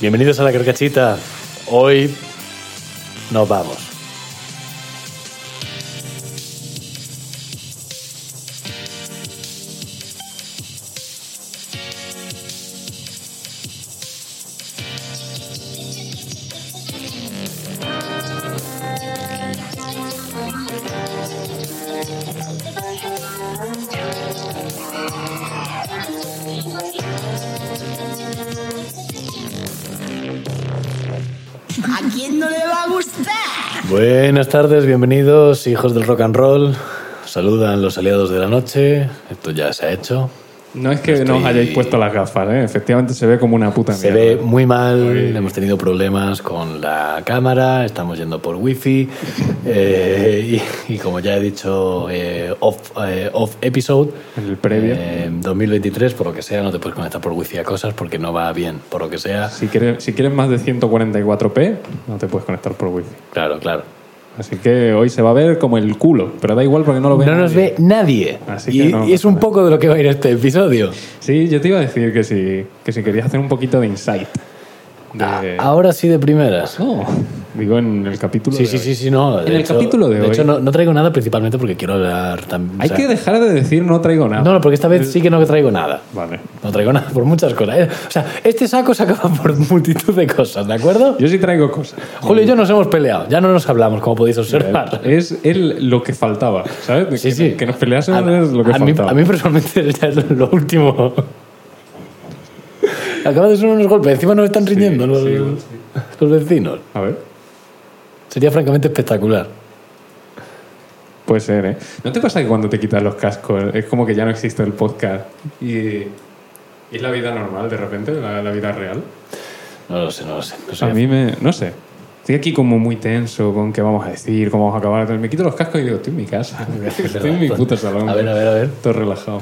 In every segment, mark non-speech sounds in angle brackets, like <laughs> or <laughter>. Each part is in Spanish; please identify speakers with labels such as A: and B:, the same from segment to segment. A: Bienvenidos a la carcachita. Hoy nos vamos.
B: ¿A quién no le va a gustar?
A: Buenas tardes, bienvenidos, hijos del rock and roll. Saludan los aliados de la noche. Esto ya se ha hecho.
C: No es que
A: Estoy-
C: nos hayáis puesto las gafas, ¿eh? efectivamente se ve como una puta
A: Se ve
C: mierda.
A: muy mal, hemos tenido problemas con la cámara, estamos yendo por <laughs> wifi eh, y, y como ya he dicho eh, off, eh, off episode,
C: En el previo.
A: eh, 2023 por lo que sea no te puedes conectar por wifi a cosas porque no va bien, por lo que sea,
C: Si, quieres, si quieres más de 144p, no te puedes conectar por wifi.
A: claro, claro.
C: Así que hoy se va a ver como el culo, pero da igual porque no lo ve
A: No nos
C: nadie.
A: ve nadie
C: Así que
A: y,
C: no
A: y es
C: pasa
A: un
C: nada.
A: poco de lo que va a ir este episodio.
C: Sí, yo te iba a decir que si, que si querías hacer un poquito de insight. de-
A: Ah, ahora sí de primeras.
C: No, digo en el capítulo
A: Sí,
C: de
A: sí,
C: hoy.
A: sí, sí, no.
C: En el capítulo de hoy.
A: hecho, no, no traigo nada principalmente porque quiero hablar también.
C: Hay que dejar de decir no traigo nada.
A: No, no, porque esta vez sí que no traigo nada.
C: Vale.
A: No traigo nada por muchas cosas. Eh, O sea, este saco se acaba por multitud de cosas, ¿de acuerdo?
C: Yo sí traigo cosas.
A: Julio y yo nos hemos peleado, ya no nos hablamos, como podéis observar.
C: Es el, lo que faltaba, ¿sabes? De
A: Sí,
C: que,
A: sí.
C: que nos peleásemos
A: A-
C: es lo que
A: a mí,
C: faltaba.
A: a mí personalmente <laughs> ya es lo último. Acaba de sonar unos golpes, encima nos están riñendo los,
C: sí,
A: los vecinos.
C: A ver.
A: Sería francamente espectacular.
C: Puede ser, ¿eh? ¿No te pasa que cuando te quitas los cascos es como que ya no existe el podcast y y es la vida normal de repente, la, la vida real?
A: No lo sé, no lo sé. no sé.
C: A mí me... no sé. Estoy aquí como muy tenso con qué vamos a decir, cómo vamos a acabar. Me quito los cascos y digo, estoy en mi
A: <laughs>
C: casa, estoy en mi puto salón.
A: A ver, a ver, a ver.
C: Todo relajado.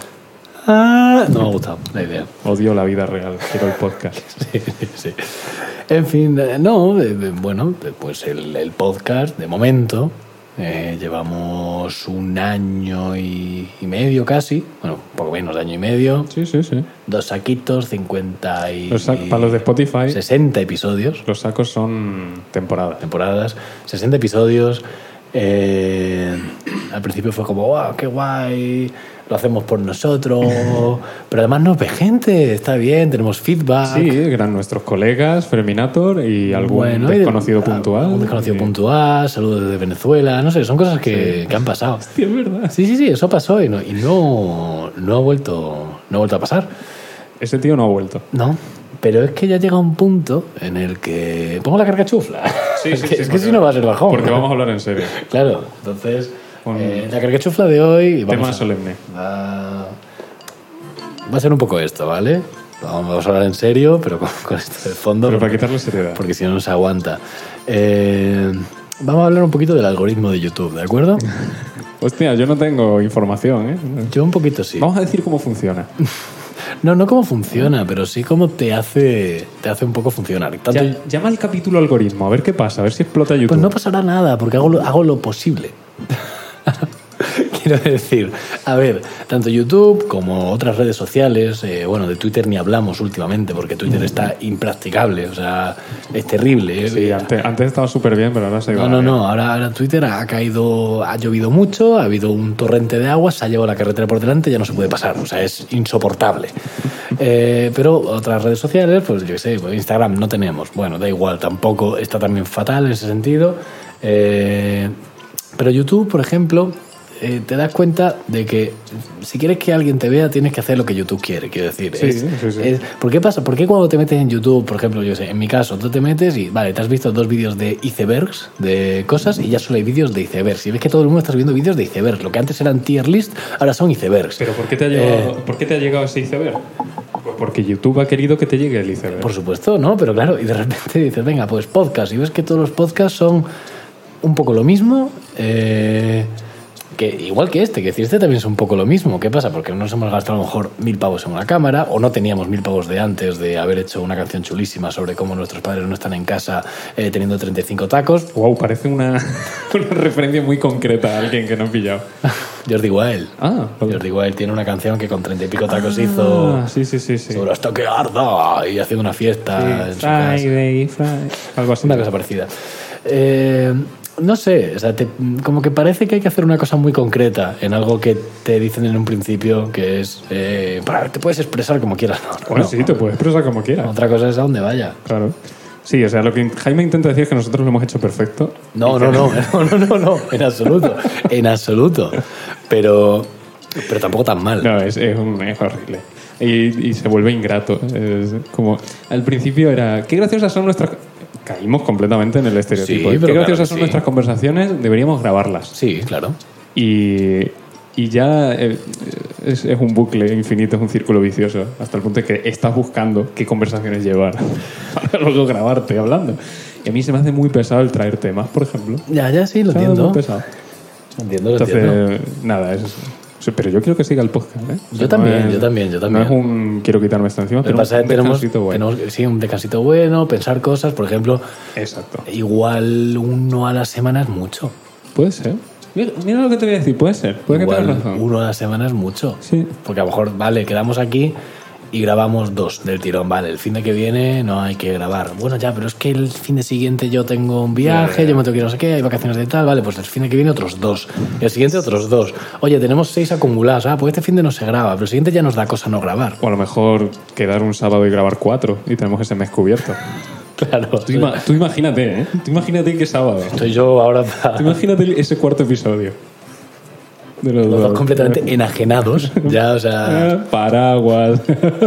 A: Ah, no me ha gustado la idea.
C: Odio la vida real, quiero el podcast.
A: <laughs> Sí, sí. En fin, eh, no, eh, eh, bueno, eh, pues el, el podcast, de momento, eh, llevamos un año y, y medio casi, bueno, un poco menos de año y medio,
C: Sí, sí, sí.
A: dos saquitos, 50 y...
C: Los sac- para los de Spotify,
A: 60 episodios,
C: los sacos son temporada.
A: temporadas, 60 episodios. eh, al principio fue como, wow, qué guay, lo hacemos por nosotros,
C: <laughs>
A: pero además nos ve gente, está bien, tenemos feedback.
C: Sí, eran nuestros colegas, Ferminator y algún
A: Bueno, y-
C: desconocido puntual.
A: Un desconocido
C: Y-
A: puntual, saludos desde Venezuela, no sé, son cosas que, que han pasado.
C: Sí, es verdad.
A: Sí, sí, sí, eso pasó y no, y no, no ha vuelto, no ha vuelto a pasar.
C: Ese tío no ha vuelto.
A: No, pero es que ya llega un punto en el que pongo la carga chufla. <laughs>
C: Sí,
A: es
C: sí,
A: que,
C: sí,
A: es que
C: porque-
A: si no va a ser bajón.
C: Porque vamos a hablar en serio.
A: Claro, entonces
C: Un-
A: eh, la carga chufla de hoy vamos
C: Tema
A: a-
C: solemne.
A: va, va a ser un poco esto, ¿vale? Vamos a hablar en serio, pero con, con esto de fondo.
C: Pero para quitarle seriedad.
A: porque si no no se aguanta. Eh, vamos a hablar un poquito del algoritmo de YouTube, ¿de
C: <laughs>
A: acuerdo?
C: Hostia, yo no tengo información, ¿eh?
A: Yo un poquito sí.
C: Vamos a decir cómo funciona.
A: No, no cómo funciona, pero sí cómo te hace, te hace un poco funcionar. Tanto-
C: Ya- llama al capítulo algoritmo, a ver qué pasa, a ver si explota YouTube.
A: pues no pasará nada, porque hago lo, hago lo posible. <laughs> Quiero decir, a ver, tanto YouTube como otras redes sociales, eh, bueno, de Twitter ni hablamos últimamente, porque Twitter está impracticable, o sea, es terrible. ¿eh?
C: Mm. Sí, antes, antes estaba súper bien, pero ahora se
A: No,
C: va eh.
A: no,
C: a-
A: no. Ahora, ahora Twitter ha caído, ha llovido mucho, ha habido un torrente de agua, se ha llevado la carretera por delante, ya no se puede pasar. O sea, es insoportable. Eh, pero otras redes sociales, pues yo qué sé, pues, Instagram no tenemos. Bueno, da igual, tampoco está también fatal en ese sentido. Eh, pero YouTube, por ejemplo, eh, te das cuenta de que si quieres que alguien te vea, tienes que hacer lo que YouTube quiere. Quiero decir,
C: Sí,
A: es-
C: sí, sí.
A: es- ¿Por qué pasa? ¿Por qué cuando te metes en YouTube, por ejemplo, yo sé, en mi caso, tú te metes y, vale, te has visto dos vídeos de icebergs, de cosas, y ya solo hay vídeos de icebergs. Y ves que todo el mundo está viendo vídeos de icebergs. Lo que antes eran tier list, ahora son icebergs.
C: Pero ¿por qué, te ha
A: Eh.
C: llegado, ¿por qué te ha llegado ese iceberg? Pues porque YouTube ha querido que te llegue el iceberg.
A: Por supuesto, ¿no? Pero claro, y de repente <laughs> dices, venga, pues podcast. Y ves que todos los podcasts son un poco lo mismo. eh, que igual que este, que decir, este también es un poco lo mismo. ¿Qué pasa? Porque nos hemos gastado a lo mejor mil pavos en una cámara, o no teníamos mil pavos de antes de haber hecho una canción chulísima sobre cómo nuestros padres no están en casa eh, teniendo 35 tacos.
C: Wow, parece una, <laughs> una referencia muy concreta a alguien que no he pillado.
A: Jordi Wild.
C: Ah,
A: Jordi Wild tiene una canción que con 30 y pico tacos
C: Ah,
A: hizo
C: Sí, sí, sí. sí.
A: sobre hasta que arda y haciendo una fiesta en su casa.
C: Friday, Friday. Algo así.
A: Una cosa parecida. Eh, no sé, o sea, te- como que parece que hay que hacer una cosa muy concreta en algo que te dicen en un principio, que es, eh, para, te puedes expresar como quieras. No, no,
C: Bueno,
A: no.
C: sí, te puedes expresar como quieras.
A: Otra cosa es a dónde vaya.
C: Claro. Sí, o sea, lo que Jaime intenta decir es que nosotros lo hemos hecho perfecto.
A: No, no, no, <laughs> no, no, no, no, en absoluto, en absoluto. Pero, pero tampoco tan mal.
C: No, es, es, un- es horrible. Y, y se vuelve ingrato. Es como, al principio era, qué graciosas son nuestras... Caímos completamente en el
A: Sí,
C: estereotipo. qué
A: pero claro que
C: graciosas son
A: sí.
C: nuestras conversaciones, deberíamos grabarlas.
A: Sí, claro.
C: Y, y ya eh, es, es un bucle infinito, es un círculo vicioso, hasta el punto de que estás buscando qué conversaciones llevar <laughs> para luego grabarte hablando. Y a mí se me hace muy pesado el traer temas, por ejemplo.
A: Ya, ya, sí, lo
C: Se me hace
A: entiendo.
C: muy pesado.
A: Lo entiendo, lo
C: Entonces,
A: entiendo.
C: nada, es- o sea, pero yo quiero que siga el podcast, ¿eh?
A: Yo también, yo también, yo también.
C: No es un quiero quitarme esto encima,
A: Lo que
C: pero este
A: pasa es que tenemos,
C: bueno.
A: tenemos sí, un descansito bueno, pensar cosas, por ejemplo,
C: Exacto.
A: igual uno a la semana es mucho.
C: Puede ser. Mira, mira lo que te voy a decir, puede ser. Puede Pues que
A: Igual
C: tengas razón.
A: uno a la semana es mucho.
C: Sí.
A: Porque a lo mejor, vale, quedamos aquí y grabamos dos del tirón. Vale, el fin de que viene no hay que grabar. Bueno, ya, pero es que el fin de siguiente yo tengo un viaje, yo me tengo que ir no sé qué, hay vacaciones de tal. Vale, pues el fin de que viene otros dos. Y el siguiente otros dos. Oye, tenemos seis acumulados. Ah, pues este fin de no se graba, pero el siguiente ya nos da cosa no
C: <laughs>
A: grabar.
C: O a lo mejor quedar un sábado y grabar cuatro y tenemos ese mes cubierto.
A: Claro.
C: Tú, ima- tú imagínate, ¿eh? Tú imagínate qué sábado.
A: Soy yo ahora <laughs>
C: Tú imagínate ese cuarto episodio. De los,
A: los dos
C: dos.
A: completamente enajenados. Ya, o
C: <laughs>
A: sea.
C: Ah, Paraguas.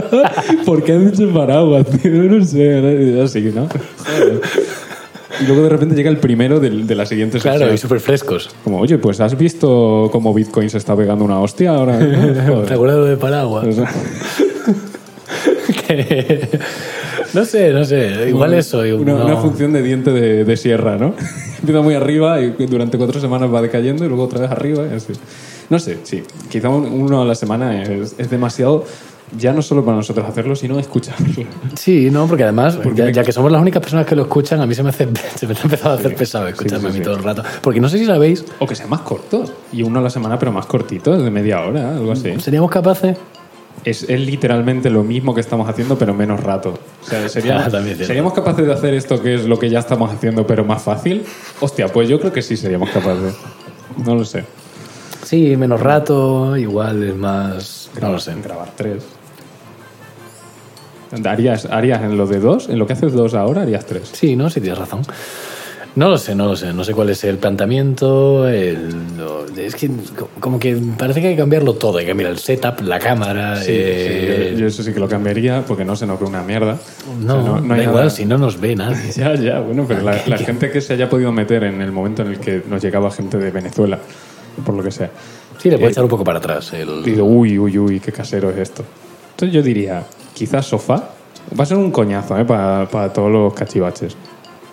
C: <laughs> ¿Por qué han dicho paraguas? <laughs> tío? No sé, así, ¿no? Joder. Y luego de repente llega el primero del- de la siguiente sección.
A: Claro, y súper frescos.
C: Como, oye, pues ¿has visto cómo Bitcoin se está pegando una hostia
A: <laughs>
C: ahora?
A: ¿Te
C: Joder.
A: acuerdas de lo de Paraguas?
C: O sea,
A: que- no sé, no sé. Igual eso. y
C: Una,
A: no-
C: una función de diente de, de sierra, ¿no? <laughs> Empieza muy arriba y durante cuatro semanas va decayendo y luego otra vez arriba y así. No sé, sí. Quizá un- uno a la semana es, es demasiado, ya no solo para nosotros hacerlo, sino escucharlo.
A: Sí, no, porque además, ya,
C: me-
A: ya que somos las únicas personas que lo escuchan, a mí se me, hace, <laughs> se me ha empezado a hacer pesado escucharme
C: sí,
A: a mí
C: sí.
A: todo el rato. Porque no sé si sabéis,
C: O que sean más cortos. Y uno a la semana, pero más cortitos, de media hora, algo así.
A: seríamos capaces.
C: Es, es literalmente lo mismo que estamos haciendo, pero menos rato. O sea, sería-
A: Ah, <laughs> también es cierto.
C: ¿Seríamos capaces de hacer esto que es lo que ya estamos haciendo, pero más fácil? Hostia, pues yo creo que sí seríamos capaces. No lo sé.
A: Sí, menos rato, igual es más. No lo sé.
C: Grabar tres. ¿Harías, harías en lo de dos? ¿En lo que haces dos ahora harías tres?
A: Sí, no, sí tienes razón. No lo sé, no lo sé. No sé cuál es el planteamiento. el- no, es que co- como que parece que hay que cambiarlo todo. Hay que cambiar el setup, la cámara. eh,
C: Sí, yo, yo eso sí que lo cambiaría porque no se nos ve una mierda.
A: no,
C: O sea,
A: da
C: hay
A: igual
C: nada-
A: si no nos ve nadie.
C: Ya, ya, bueno, pero la,
A: <laughs>
C: la gente que se haya podido meter en el momento en el que nos llegaba gente de Venezuela, por lo que sea,
A: Sí, le puedo
C: Eh,
A: echar un poco para atrás. el-
C: digo, uy, uy, uy, qué casero es esto. Entonces yo diría, quizás sofá, va a ser un coñazo ¿eh? para, para todos los cachivaches.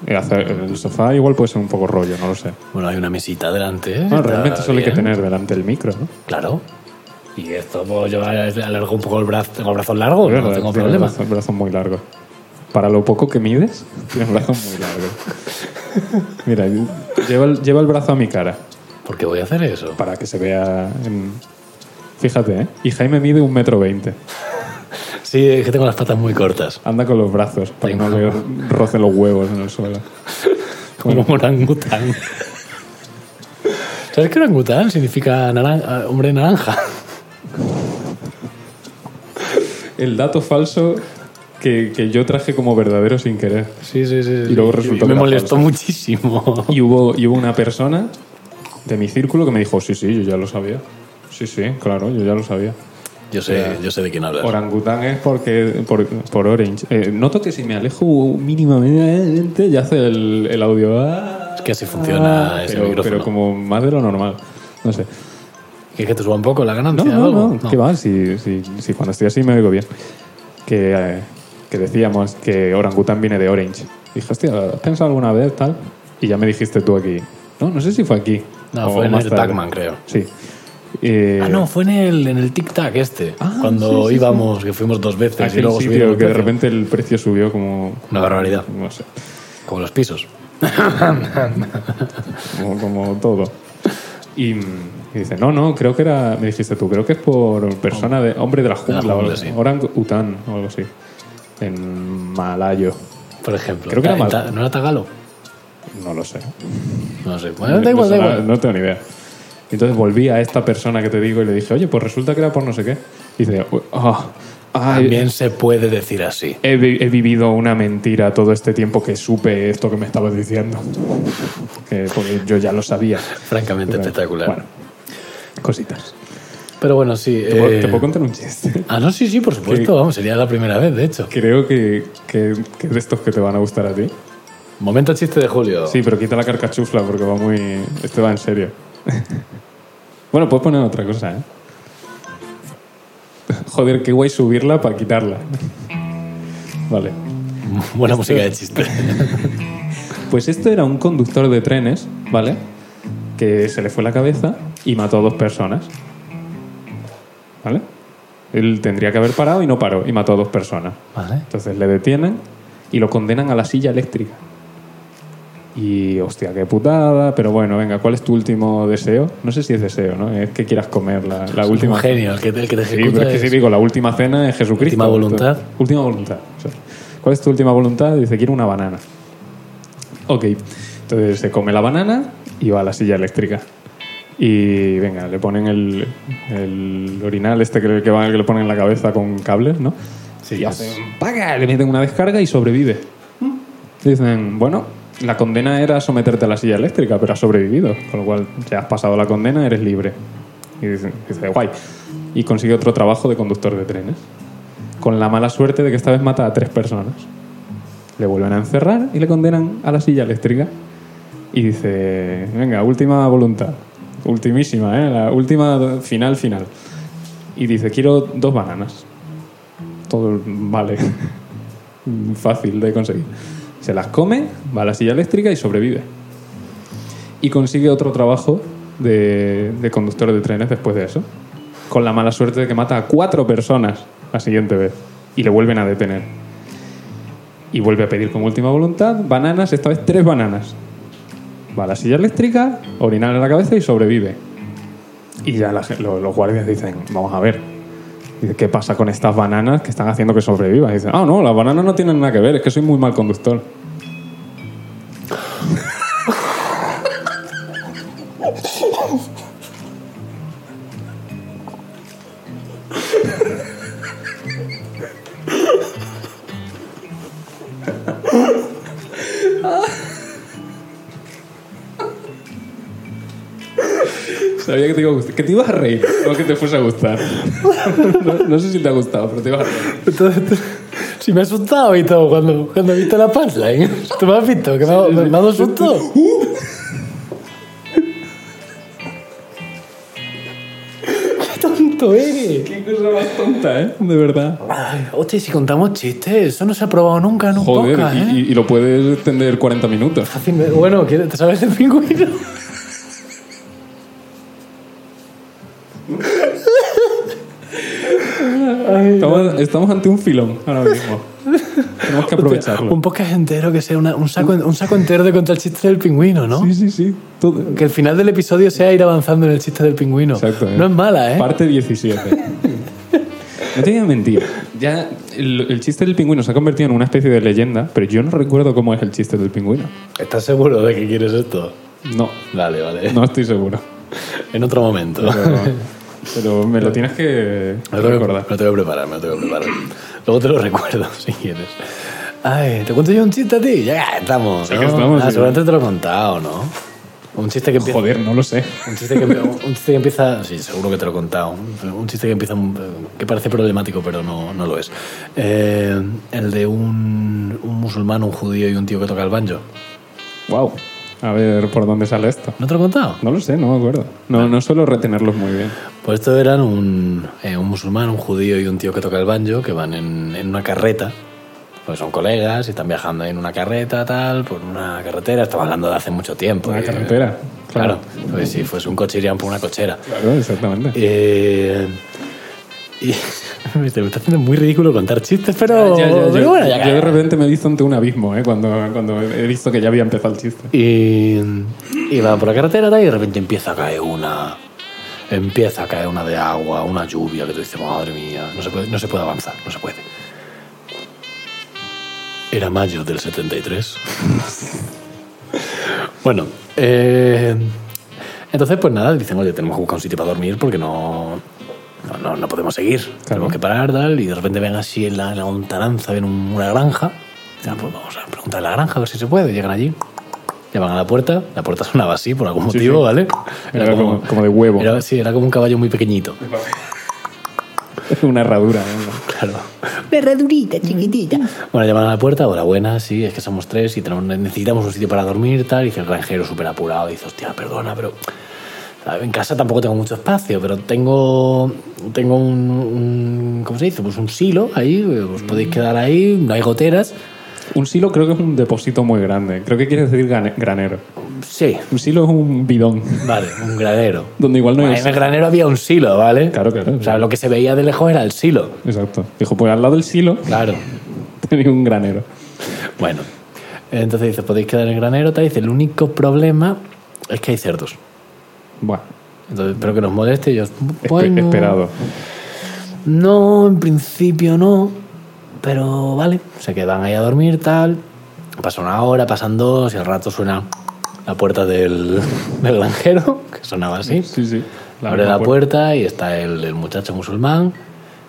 C: Eh, hacer- El sofá igual puede ser un poco rollo, no lo sé.
A: Bueno, hay una mesita delante. ¿eh?
C: Bueno,
A: Está
C: realmente solo hay que
A: bien.
C: tener delante el micro, ¿no?
A: Claro. Y esto, pues, yo alargo un poco el brazo, tengo el brazo largo, no
C: Verdad,
A: tengo
C: tiene
A: problema.
C: Brazos, brazos muy largos. Para lo poco que mides, <laughs> tienes brazos muy
A: <laughs>
C: largos. Mira, lleva el- lleva el brazo a mi cara.
A: ¿Por qué voy a hacer eso?
C: para que se vea en- Fíjate, ¿eh? Y Jaime mide un metro veinte.
A: Sí, es que tengo las patas muy
C: <laughs>
A: cortas,
C: Anda con los brazos para que no le roce los huevos en el suelo.
A: como un orangután. ¿Sabes que orangután significa naran- ah, hombre naranja?
C: El dato falso que, que yo traje como verdadero sin querer.
A: Sí, sí, sí.
C: Y luego resultó que
A: me
C: era
A: molestó
C: falso.
A: muchísimo.
C: Y hubo, y hubo una persona de mi círculo que me dijo, sí, sí, yo ya lo sabía. Sí, sí, claro, yo ya lo sabía.
A: <laughs> Yo sé, yo sé de quién hablas.
C: Orangután es porque por, por Orange. Eh, noto que si me alejo mínimamente ya hace el, el audio. "Ah".
A: Es que así funciona ese
C: pero,
A: micrófono.
C: pero como más de lo normal. No sé.
A: ¿Quieres que te suba un poco la
C: No,
A: ganancia? o
C: no,
A: algo?
C: no. Que va, si, si, si cuando estoy así me oigo bien. Que, eh, que decíamos que Orangután viene de Orange. Dije, hostia, ¿has pensado alguna vez tal? Y ya me dijiste tú aquí. No, no sé si fue aquí.
A: No,
C: o
A: fue en
C: más
A: el
C: tarde.
A: Pac-Man, creo.
C: Sí. Eh,
A: Ah, no, fue en el, en el Tic Tac este.
C: Ah,
A: cuando
C: sí, sí,
A: íbamos, que fuimos dos veces y
C: Aquel
A: luego
C: sitio
A: subieron
C: que de
A: el precio.
C: repente el precio subió como...
A: Una barbaridad.
C: No sé.
A: Como los pisos.
C: como, como todo. Y, mm, y dice, no, no, creo que era, me dijiste tú, creo que es por persona de hombre de la jungla,
A: jungla,
C: o algo-
A: sí.
C: Orang Utan o algo así, en malayo,
A: Por ejemplo.
C: Creo que era
A: Ta-
C: mal.
A: ta- ¿No era Tagalo?
C: no lo sé.
A: No sé. Bueno, da
C: Me
A: igual, da
C: sonaba-
A: igual.
C: No tengo ni idea. Entonces volví a esta persona que te digo y le dije, oye, pues resulta que era por no sé qué. Y dice, "Uy, ah, ay,
A: También se puede decir así.
C: he, vi- he vivido una mentira todo este tiempo que supe esto que me estabas diciendo. Que- porque yo ya lo sabía.
A: Francamente espectacular.
C: Bueno, cositas.
A: Pero bueno, sí.
C: ¿Te puedo-
A: eh,
C: ¿Te puedo contar un chiste? <laughs>
A: Ah, no, sí, sí, por supuesto.
C: Que-
A: Vamos, sería la primera vez, de hecho.
C: Creo que, que, que es de estos que te van a gustar a ti.
A: Momento chiste de Julio.
C: Sí, pero quita la carcachufla porque va muy. Este va en serio. <laughs> bueno, puedes poner otra cosa, ¿eh? Joder, qué guay subirla para quitarla. vale.
A: <laughs> Buena música de chiste.
C: Pues esto era un conductor de trenes, ¿vale? Que se le fue la cabeza y mató a dos personas. ¿Vale? Él tendría que haber parado y no paró y mató a dos personas.
A: Vale.
C: Entonces le detienen y lo condenan a la silla eléctrica. Y hostia, qué putada, pero bueno, venga, ¿cuál es tu último deseo? No sé si es deseo, ¿no? Es que quieras comer la, la
A: Es un
C: última
A: genio, el que, el que te
C: Sí, pero
A: ejecuta.
C: es que
A: es-
C: si digo la última cena es Jesucristo.
A: Última voluntad.
C: Última voluntad. eso es. ¿Cuál es tu última voluntad? Dice, quiero una banana. Ok. Entonces se come la banana y va a la silla eléctrica. Y venga, le ponen el, el orinal este que, le- que, va- que le ponen en la cabeza con cables, ¿no?
A: Sí,
C: y
A: es- Mm.
C: hacen, ¡paga! Le meten una descarga y sobrevive. Dicen, bueno, la condena era someterte a la silla eléctrica, pero has sobrevivido, con lo cual ya has pasado la condena, eres libre. Y dicen, dice, guay. Y consigue otro trabajo de conductor de trenes, con la mala suerte de que esta vez mata a tres personas. Le vuelven a encerrar y le condenan a la silla eléctrica. Y dice, venga, última voluntad, ultimísima, ¿eh? la última final, final. Y dice, quiero dos bananas. Todo vale <laughs> fácil de conseguir. Se las come, va a la silla eléctrica y sobrevive. Y consigue otro trabajo de, de conductor de trenes después de eso. Con la mala suerte de que mata a cuatro personas la siguiente vez. Y le vuelven a detener. Y vuelve a pedir como última voluntad bananas, esta vez tres bananas. Va a la silla eléctrica, orinar en la cabeza y sobrevive. Y ya la gen- lo- los guardias dicen, vamos a ver, Dice, ¿qué pasa con estas bananas que están haciendo que sobrevivas? Y dice, ah, no, las bananas no tienen nada que ver, es que soy muy mal conductor. <laughs> Sabía que te iba a gustar, que te ibas a reír, no que te fuese a gustar. <laughs> No, no sé si te ha gustado, pero te ibas a reír.
A: Entonces, si me he asustado y todo cuando, cuando he visto la punchline. <laughs> ¿Tú me has visto? Que me, ha- me, me ha dado susto.
C: <laughs>
A: ¡Qué tonto eres!
C: Qué cosa más tonta, ¿eh? De verdad.
A: Ay, hostia, y si contamos chistes, eso no se ha probado nunca en un
C: Joder,
A: podcast,
C: y,
A: ¿eh?
C: y- y lo puedes extender 40 minutos.
A: Fácilmente- Bueno, ¿quieres- ¿te sabes el pingüino?
C: Estamos, estamos ante un filón ahora <laughs> mismo. Tenemos que aprovecharlo.
A: Un podcast entero que sea una- un, saco, un saco entero de contar el chiste del pingüino, ¿no?
C: Sí, sí, sí. Todo.
A: Que el final del episodio sea ir avanzando en el chiste del pingüino.
C: Exacto, ¿eh?
A: No es mala, ¿eh?
C: Parte 17. No te voy a mentir. Ya el, el chiste del pingüino se ha convertido en una especie de leyenda, pero yo no recuerdo cómo es el chiste del pingüino.
A: ¿Estás seguro de que quieres esto?
C: No,
A: Vale, vale.
C: no estoy seguro.
A: En otro momento. <laughs>
C: Pero, pero me lo tienes que
A: Me lo, tengo que, me
C: recordar.
A: lo tengo que preparar, me lo tengo que preparar. Luego te lo <laughs> recuerdo, si quieres. Ay, ¿te cuento yo un chiste a ti? Ya estamos,
C: que
A: ¿no?
C: estamos,
A: Ah,
C: sí.
A: seguramente te lo he contado, ¿no? Un chiste que empieza...
C: Joder, no lo sé.
A: Un chiste, que, un chiste que empieza... Sí, seguro que te lo he contado. Un chiste que empieza... un- que parece problemático, pero no, no lo es. Eh, el de un, un musulmán, un judío y un tío que toca el banjo.
C: Wow. A ver por dónde sale esto.
A: ¿No te lo he contado?
C: No lo sé, no me acuerdo. No, no suelo retenerlos muy bien.
A: Pues esto eran un, eh, un musulmán, un judío y un tío que toca el banjo, que van en, en una carreta. Pues son colegas y están viajando en una carreta, tal, por una carretera. Estaba hablando de hace mucho tiempo.
C: Una
A: eh,
C: carretera.
A: Claro, pues si fuese un coche irían por una cochera.
C: Claro, exactamente.
A: Eh, y <laughs> me está haciendo muy ridículo contar chistes, pero,
C: Ya, ya, ya.
A: Oh, pero bueno, ya
C: yo de repente me he visto ante un abismo, ¿eh? Cuando, cuando he visto que ya había empezado el chiste.
A: Y, y van por la carretera tal, y de repente empieza a caer una. Empieza a caer una de agua, una lluvia que tú dices, madre mía, no se puede, no se puede avanzar, no se puede. Era mayo del 73. <laughs> bueno, eh, entonces pues nada, dicen, oye, tenemos que buscar un sitio para dormir porque no, no, no, no podemos seguir. Tenemos que parar, tal, y de repente ven así en la, en la lontananza, ven un- una granja. Dicen, "Ah, pues vamos a preguntar a la granja a ver si se puede. Llegan allí, llaman a la puerta, la puerta sonaba así por algún
C: Sí,
A: motivo,
C: sí.
A: ¿vale?
C: Era como- como de huevo.
A: Era, sí, era como un caballo muy pequeñito.
C: <laughs> Una herradura. ¿eh?
A: Claro. chiquitita. Bueno, llaman a la puerta, hola, buenas, sí, es que somos tres y tenemos, necesitamos un sitio para dormir, tal. Y dice el granjero súper apurado, dice, hostia, perdona, pero ¿sabes? en casa tampoco tengo mucho espacio, pero tengo, tengo un, un- ¿cómo se dice? Pues un silo ahí, os
C: Mm.
A: podéis quedar ahí, no hay goteras.
C: Un silo creo que es un depósito muy grande. Creo que quiere decir gane- granero.
A: Sí,
C: Un silo es un bidón. <laughs>
A: vale, un granero.
C: Donde igual no
A: Bueno,
C: hay...
A: en el granero había un silo, ¿vale?
C: Claro, claro.
A: O sea, lo que se veía de lejos era el silo.
C: Exacto. Dijo, pues al lado del silo <laughs>
A: Claro.
C: tenía un granero.
A: Bueno, entonces dice, podéis quedar en el granero, tal. Dice, el único problema es que hay cerdos.
C: Bueno,
A: Entonces, pero que nos moleste. Y yo,
C: espe-
A: bueno,
C: esperado.
A: No, en principio no. Pero vale, se quedan ahí a dormir, tal. Pasa una hora, pasan dos, y al rato suena la puerta del, del granjero, que sonaba así.
C: Sí, sí.
A: Abre
C: misma
A: la puerta y está el, el muchacho musulmán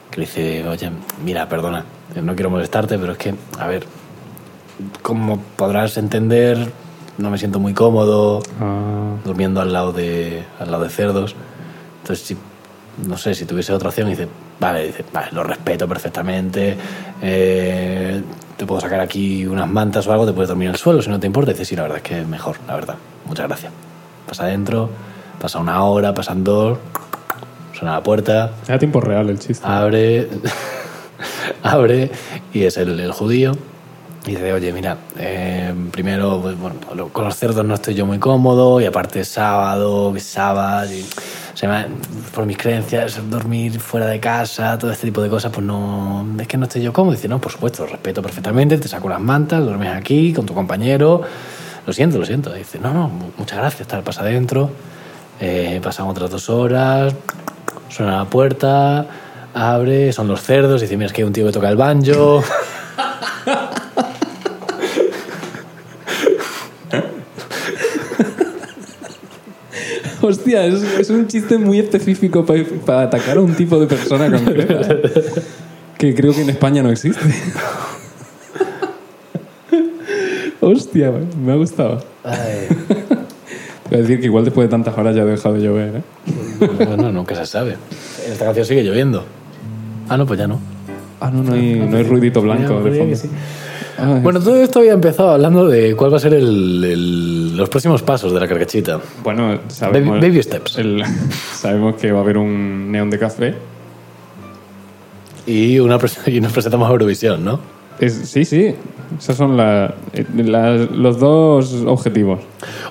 A: que le dice, oye, mira, perdona, eh, no quiero molestarte, pero es que, a ver, como podrás entender, no me siento muy cómodo
C: Ah,
A: durmiendo al lado de, al lado de cerdos. Entonces, si, no sé, si tuviese otra opción, dice, vale, dice, vale, lo respeto perfectamente, eh, te puedo sacar aquí unas mantas o algo, te puedes dormir en el suelo, si no te importa. Dice, sí, la verdad es que es mejor, la verdad. Muchas gracias. Pasa adentro, pasa una hora, pasan dos, suena la puerta,
C: era tiempo real el chiste.
A: abre, <laughs> abre y es el, el judío. Y dice, oye, mira, eh, primero, pues, bueno, lo- con los cerdos no estoy yo muy cómodo y aparte es sábado, que es sábado, y se me ha- por mis creencias, dormir fuera de casa, todo este tipo de cosas, pues no, es que no estoy yo cómodo. dice, no, por supuesto, lo respeto perfectamente, te saco las mantas, duermes aquí con tu compañero, lo siento, lo siento. Dice, no, no, mu- muchas gracias, tal, pasa adentro, eh, pasan otras dos horas, suena la puerta, abre, son los cerdos, dice, mira, es que hay un tío que toca el banjo.
C: <laughs> Hostia, es, es un chiste muy específico para atacar a un tipo de <laughs> persona concreta. ¿eh? que creo que en España no existe. <laughs> Hostia, me ha gustado.
A: Ay,
C: Voy a decir que igual después de tantas horas ya ha dejado de llover, ¿eh?
A: bueno, nunca se sabe. En esta canción sigue lloviendo. Ah, no, pues ya no.
C: Ah, no, no hay, no hay ruidito blanco de fondo. Ay,
A: Ah, Bueno, todo esto había empezado hablando de cuál va a ser el- el- los próximos pasos de la carcachita.
C: bueno,
A: Baby,
C: sabemos,
A: baby steps.
C: el- <laughs> sabemos que va a haber un neón de café.
A: Y, una, pres- <laughs> y nos presentamos a Eurovisión, ¿no?
C: Es- sí, sí. Esos son la- eh, las- los dos objetivos.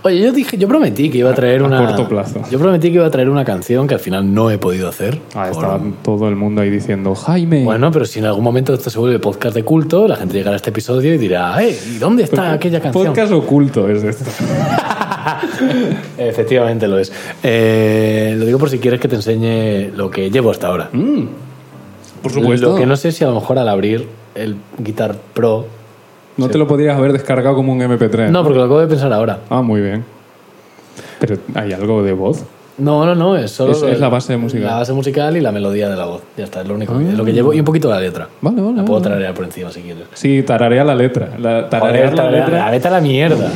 A: Oye, yo dije, yo prometí que iba a traer
C: A- a
A: una.
C: corto plazo.
A: Yo prometí que iba a traer una canción que al final no he podido hacer.
C: Ah,
A: por-
C: estaba todo el mundo ahí diciendo, Jaime.
A: Bueno, pero si en algún momento esto se vuelve podcast de culto, la gente llegará a este episodio y dirá, "Eh, ¿y dónde está aquella canción?
C: Podcast oculto es esto.
A: Efectivamente lo es. Eh, lo digo por si quieres que te enseñe lo que llevo hasta ahora.
C: Por
A: Lo que no sé si a lo mejor al abrir el Guitar Pro.
C: No te lo podrías haber descargado como un MP3.
A: No, porque lo acabo de pensar ahora.
C: Ah, muy bien. Pero hay algo de voz.
A: No, no, no, es solo.
C: Es- es la base musical. Ah.
A: La base musical y la melodía de la voz. Ya está, es lo único que, es lo que llevo. Y un poquito la letra.
C: Vale, vale.
A: La puedo
C: vale.
A: traer por encima si quieres.
C: Sí, tararea la letra. La, tararear,
A: Joder,
C: la
A: tararea-
C: letra
A: la letra a la mierda.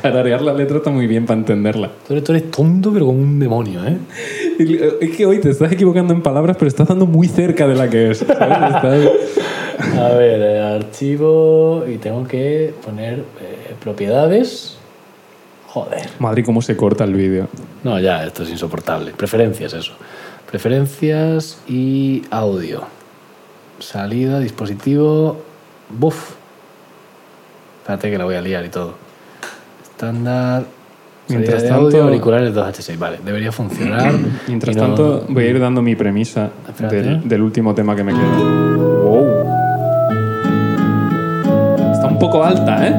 C: tararear la letra está muy bien para entenderla.
A: Tú eres, tú eres tonto, pero como un demonio, ¿eh?
C: Y- Es que hoy te estás equivocando en palabras, pero estás dando muy cerca de la que es. ¿sabes? Estás-
A: A ver, eh, archivo y tengo que poner eh, propiedades. Joder.
C: Madre, cómo se corta el vídeo.
A: No, ya, esto es insoportable. Preferencias, eso. Preferencias y audio. Salida, dispositivo. Buf. Espérate que la voy a liar y todo. Estándar. Mientras
C: Mientras
A: tanto,
C: tanto-
A: auriculares 2H6, vale, debería funcionar.
C: <clears throat> Mientras
A: Y no-
C: tanto, voy a ir dando mi premisa
A: Espérate.
C: del, del último tema que me queda. Wow. Está un poco alta, ¿eh?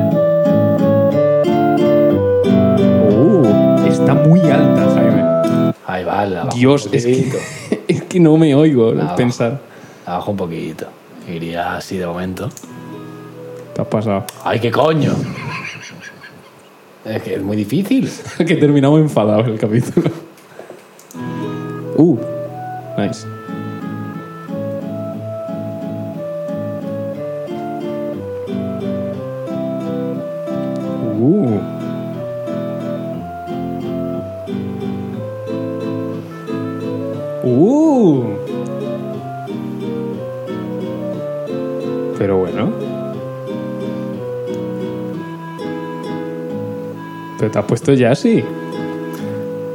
C: Uh, está muy alta, Jaime.
A: Ahí va, la bajo
C: Dios,
A: un
C: es
A: poquitito.
C: que, <laughs> es que no me oigo al
A: Nada.
C: pensar.
A: La bajo un poquito. Iría así de momento.
C: Te has pasado.
A: ¡Ay, qué coño! Es que es muy difícil.
C: <laughs> que terminamos enfadados el capítulo. Uh, nice. Uh. Uh. Pero bueno. Pero te has puesto ya así.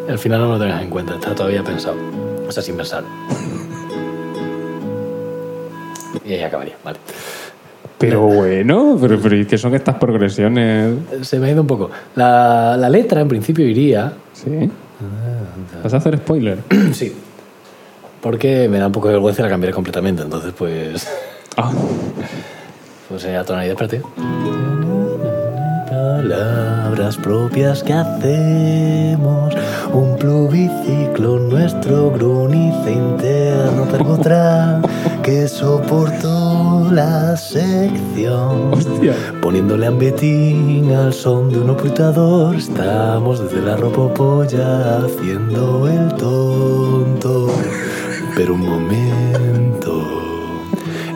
A: Al final no lo tengas en cuenta, está todavía pensado. O sea, sin pensar. Y ahí acabaría, vale.
C: Pero bueno, pero, pero ¿y qué son estas progresiones?
A: Se me ha ido un poco. La, la letra, en principio, iría. <clears throat>
C: ¿Sí? ¿Vas a hacer spoiler?
A: sí. Porque me da un poco de vergüenza y la cambiaré completamente. Entonces, pues.
C: Ah,
A: Pues sería tonalidad, espérate. Palabras propias que hacemos, un pluviciclo nuestro grunice interno percutrá que soportó la sección.
C: <laughs> hostia.
A: Poniéndole ambetín al son de un ocultador, estamos desde la ropa polla haciendo el tonto. Pero un momento,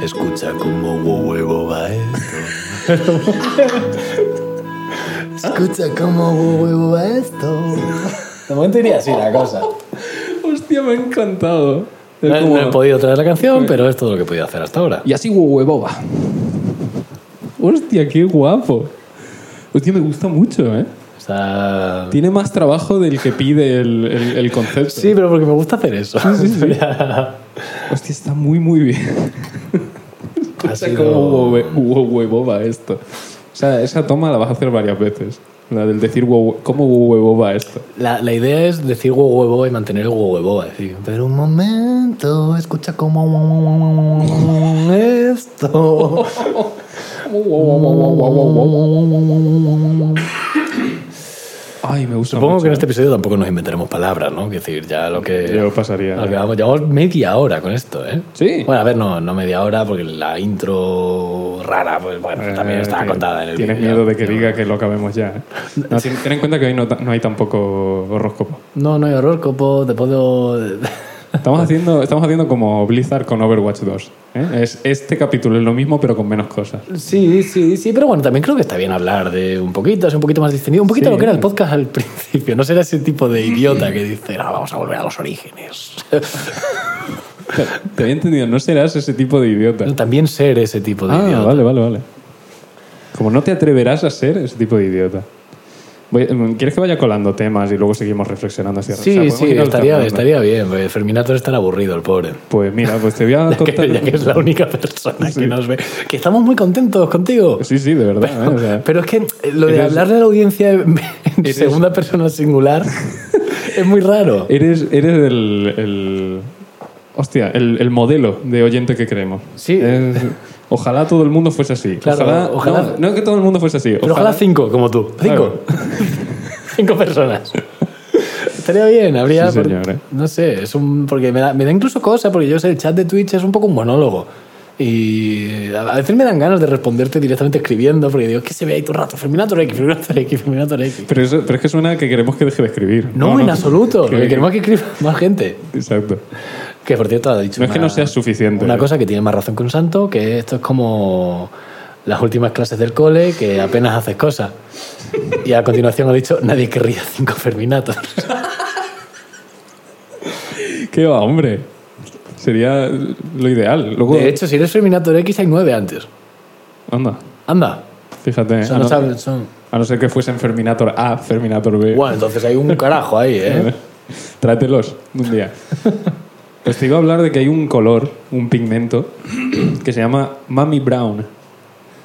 A: escucha cómo huevo va esto. escucha cómo huevo va esto. De momento iría así la cosa.
C: Hostia, me ha encantado. Es
A: No,
C: como-
A: no he podido traer la canción, pero es todo lo que he podido hacer hasta ahora.
C: Y así huevoba. Hostia, qué guapo. Hostia, me gusta mucho, ¿eh?
A: Está-
C: Tiene más trabajo del que pide el, el- el concepto.
A: Sí, pero porque me gusta hacer eso. <laughs>
C: Hostia, está muy, muy bien.
A: Ha
C: O sea,
A: sido-
C: como huevo- huevo- huevoba esto. O sea, esa toma la vas a hacer varias veces. La del decir, huevo- ¿cómo huevoba esto?
A: La, la idea es decir huevo huevo y mantener el huevo huevo. decir, Pero un momento, escucha como esto. Mm.
C: Ay, me gusta
A: Supongo
C: mucho. eh.
A: que en este episodio tampoco nos inventaremos palabras, ¿no? Que decir, ya lo que.
C: Yo pasaría. eh.
A: lo que vamos, llevamos media hora con esto, ¿eh?
C: Sí.
A: Bueno, a ver, no, no media hora, porque la intro rara, pues bueno,
C: Eh,
A: también está
C: que
A: contada en el
C: Tienes
A: vídeo.
C: miedo de que diga que lo acabemos ya. ¿eh? No, ten, ten en cuenta que hoy no, ta- no hay tampoco horóscopo.
A: No, no hay horror, copo, te puedo.
C: <laughs> Estamos haciendo, estamos haciendo como Blizzard con Overwatch 2. ¿eh? Es, este capítulo es lo mismo, pero con menos cosas.
A: Sí, sí, sí, pero bueno, también creo que está bien hablar de un poquito, es un poquito más distendido, un poquito
C: Sí.
A: lo que era el podcast al <laughs> principio, no ser ese tipo de idiota que dice, "Ah, vamos a volver a los orígenes.
C: Te, te había entendido, no serás ese tipo de idiota.
A: Pero también ser ese tipo de
C: Ah,
A: idiota.
C: vale, vale, vale. Como no te atreverás a ser ese tipo de idiota. Voy- mm, ¿Quieres que vaya colando temas y luego seguimos reflexionando hacia o sea,
A: Sí,
C: pues podemos
A: sí,
C: ir
A: estaría,
C: alternando?
A: estaría bien, porque Ferminator está aburrido, el pobre. <laughs>
C: Pues mira, pues te voy a
A: Que,
C: contar.
A: <laughs> ya que es la única persona que nos ve. Que estamos muy contentos contigo.
C: Sí, sí, de verdad. ¿eh? O sea,
A: <laughs> Pero es que lo de
C: Eres-
A: hablarle a la audiencia en en
C: Eres-
A: segunda persona
C: <laughs>
A: singular es muy raro.
C: Eres, eres el, el- Hostia, el, el modelo de oyente que creemos.
A: Sí.
C: Es- ojalá todo el mundo fuese así.
A: Claro,
C: ojalá,
A: ojalá-
C: No, no que todo el mundo fuese así.
A: Pero ojalá cinco, como tú. Cinco. cinco personas. <laughs> Estaría bien, habría.
C: Sí, señor, ¿eh?
A: No sé, es un. Porque me da, me da incluso cosa, porque yo sé, el chat de Twitch es un poco un monólogo. Y a a veces me dan ganas de responderte directamente escribiendo, porque digo, que se ve ahí todo el rato? Ferminator X, Ferminator X, Ferminator X.
C: Pero, eso- pero es que suena que queremos que deje de escribir.
A: No, en absoluto.
C: Que-
A: Que queremos que escriba <laughs> más gente.
C: Exacto.
A: Que por cierto ha dicho.
C: No es que
A: una-
C: no sea suficiente. ¿eh?
A: Una cosa que tiene más razón que un santo, que esto es como las últimas clases del cole, que apenas haces cosas. Y a continuación ha dicho, nadie querría cinco ferminatos.
C: ¿Qué va, hombre? Sería lo ideal. Luego,
A: De hecho, si eres ferminator X hay nueve antes.
C: Anda,
A: Anda.
C: fíjate.
A: O sea,
C: a,
A: no
C: Eh, ah, no,
A: saben- son-
C: a no ser que fuesen Ferminator A, Ferminator B.
A: Bueno, entonces hay un carajo ahí, ¿eh?
C: Trátelos un día.
A: <laughs>
C: Pues te iba a hablar de que hay un color, un pigmento, que se llama Mami Brown.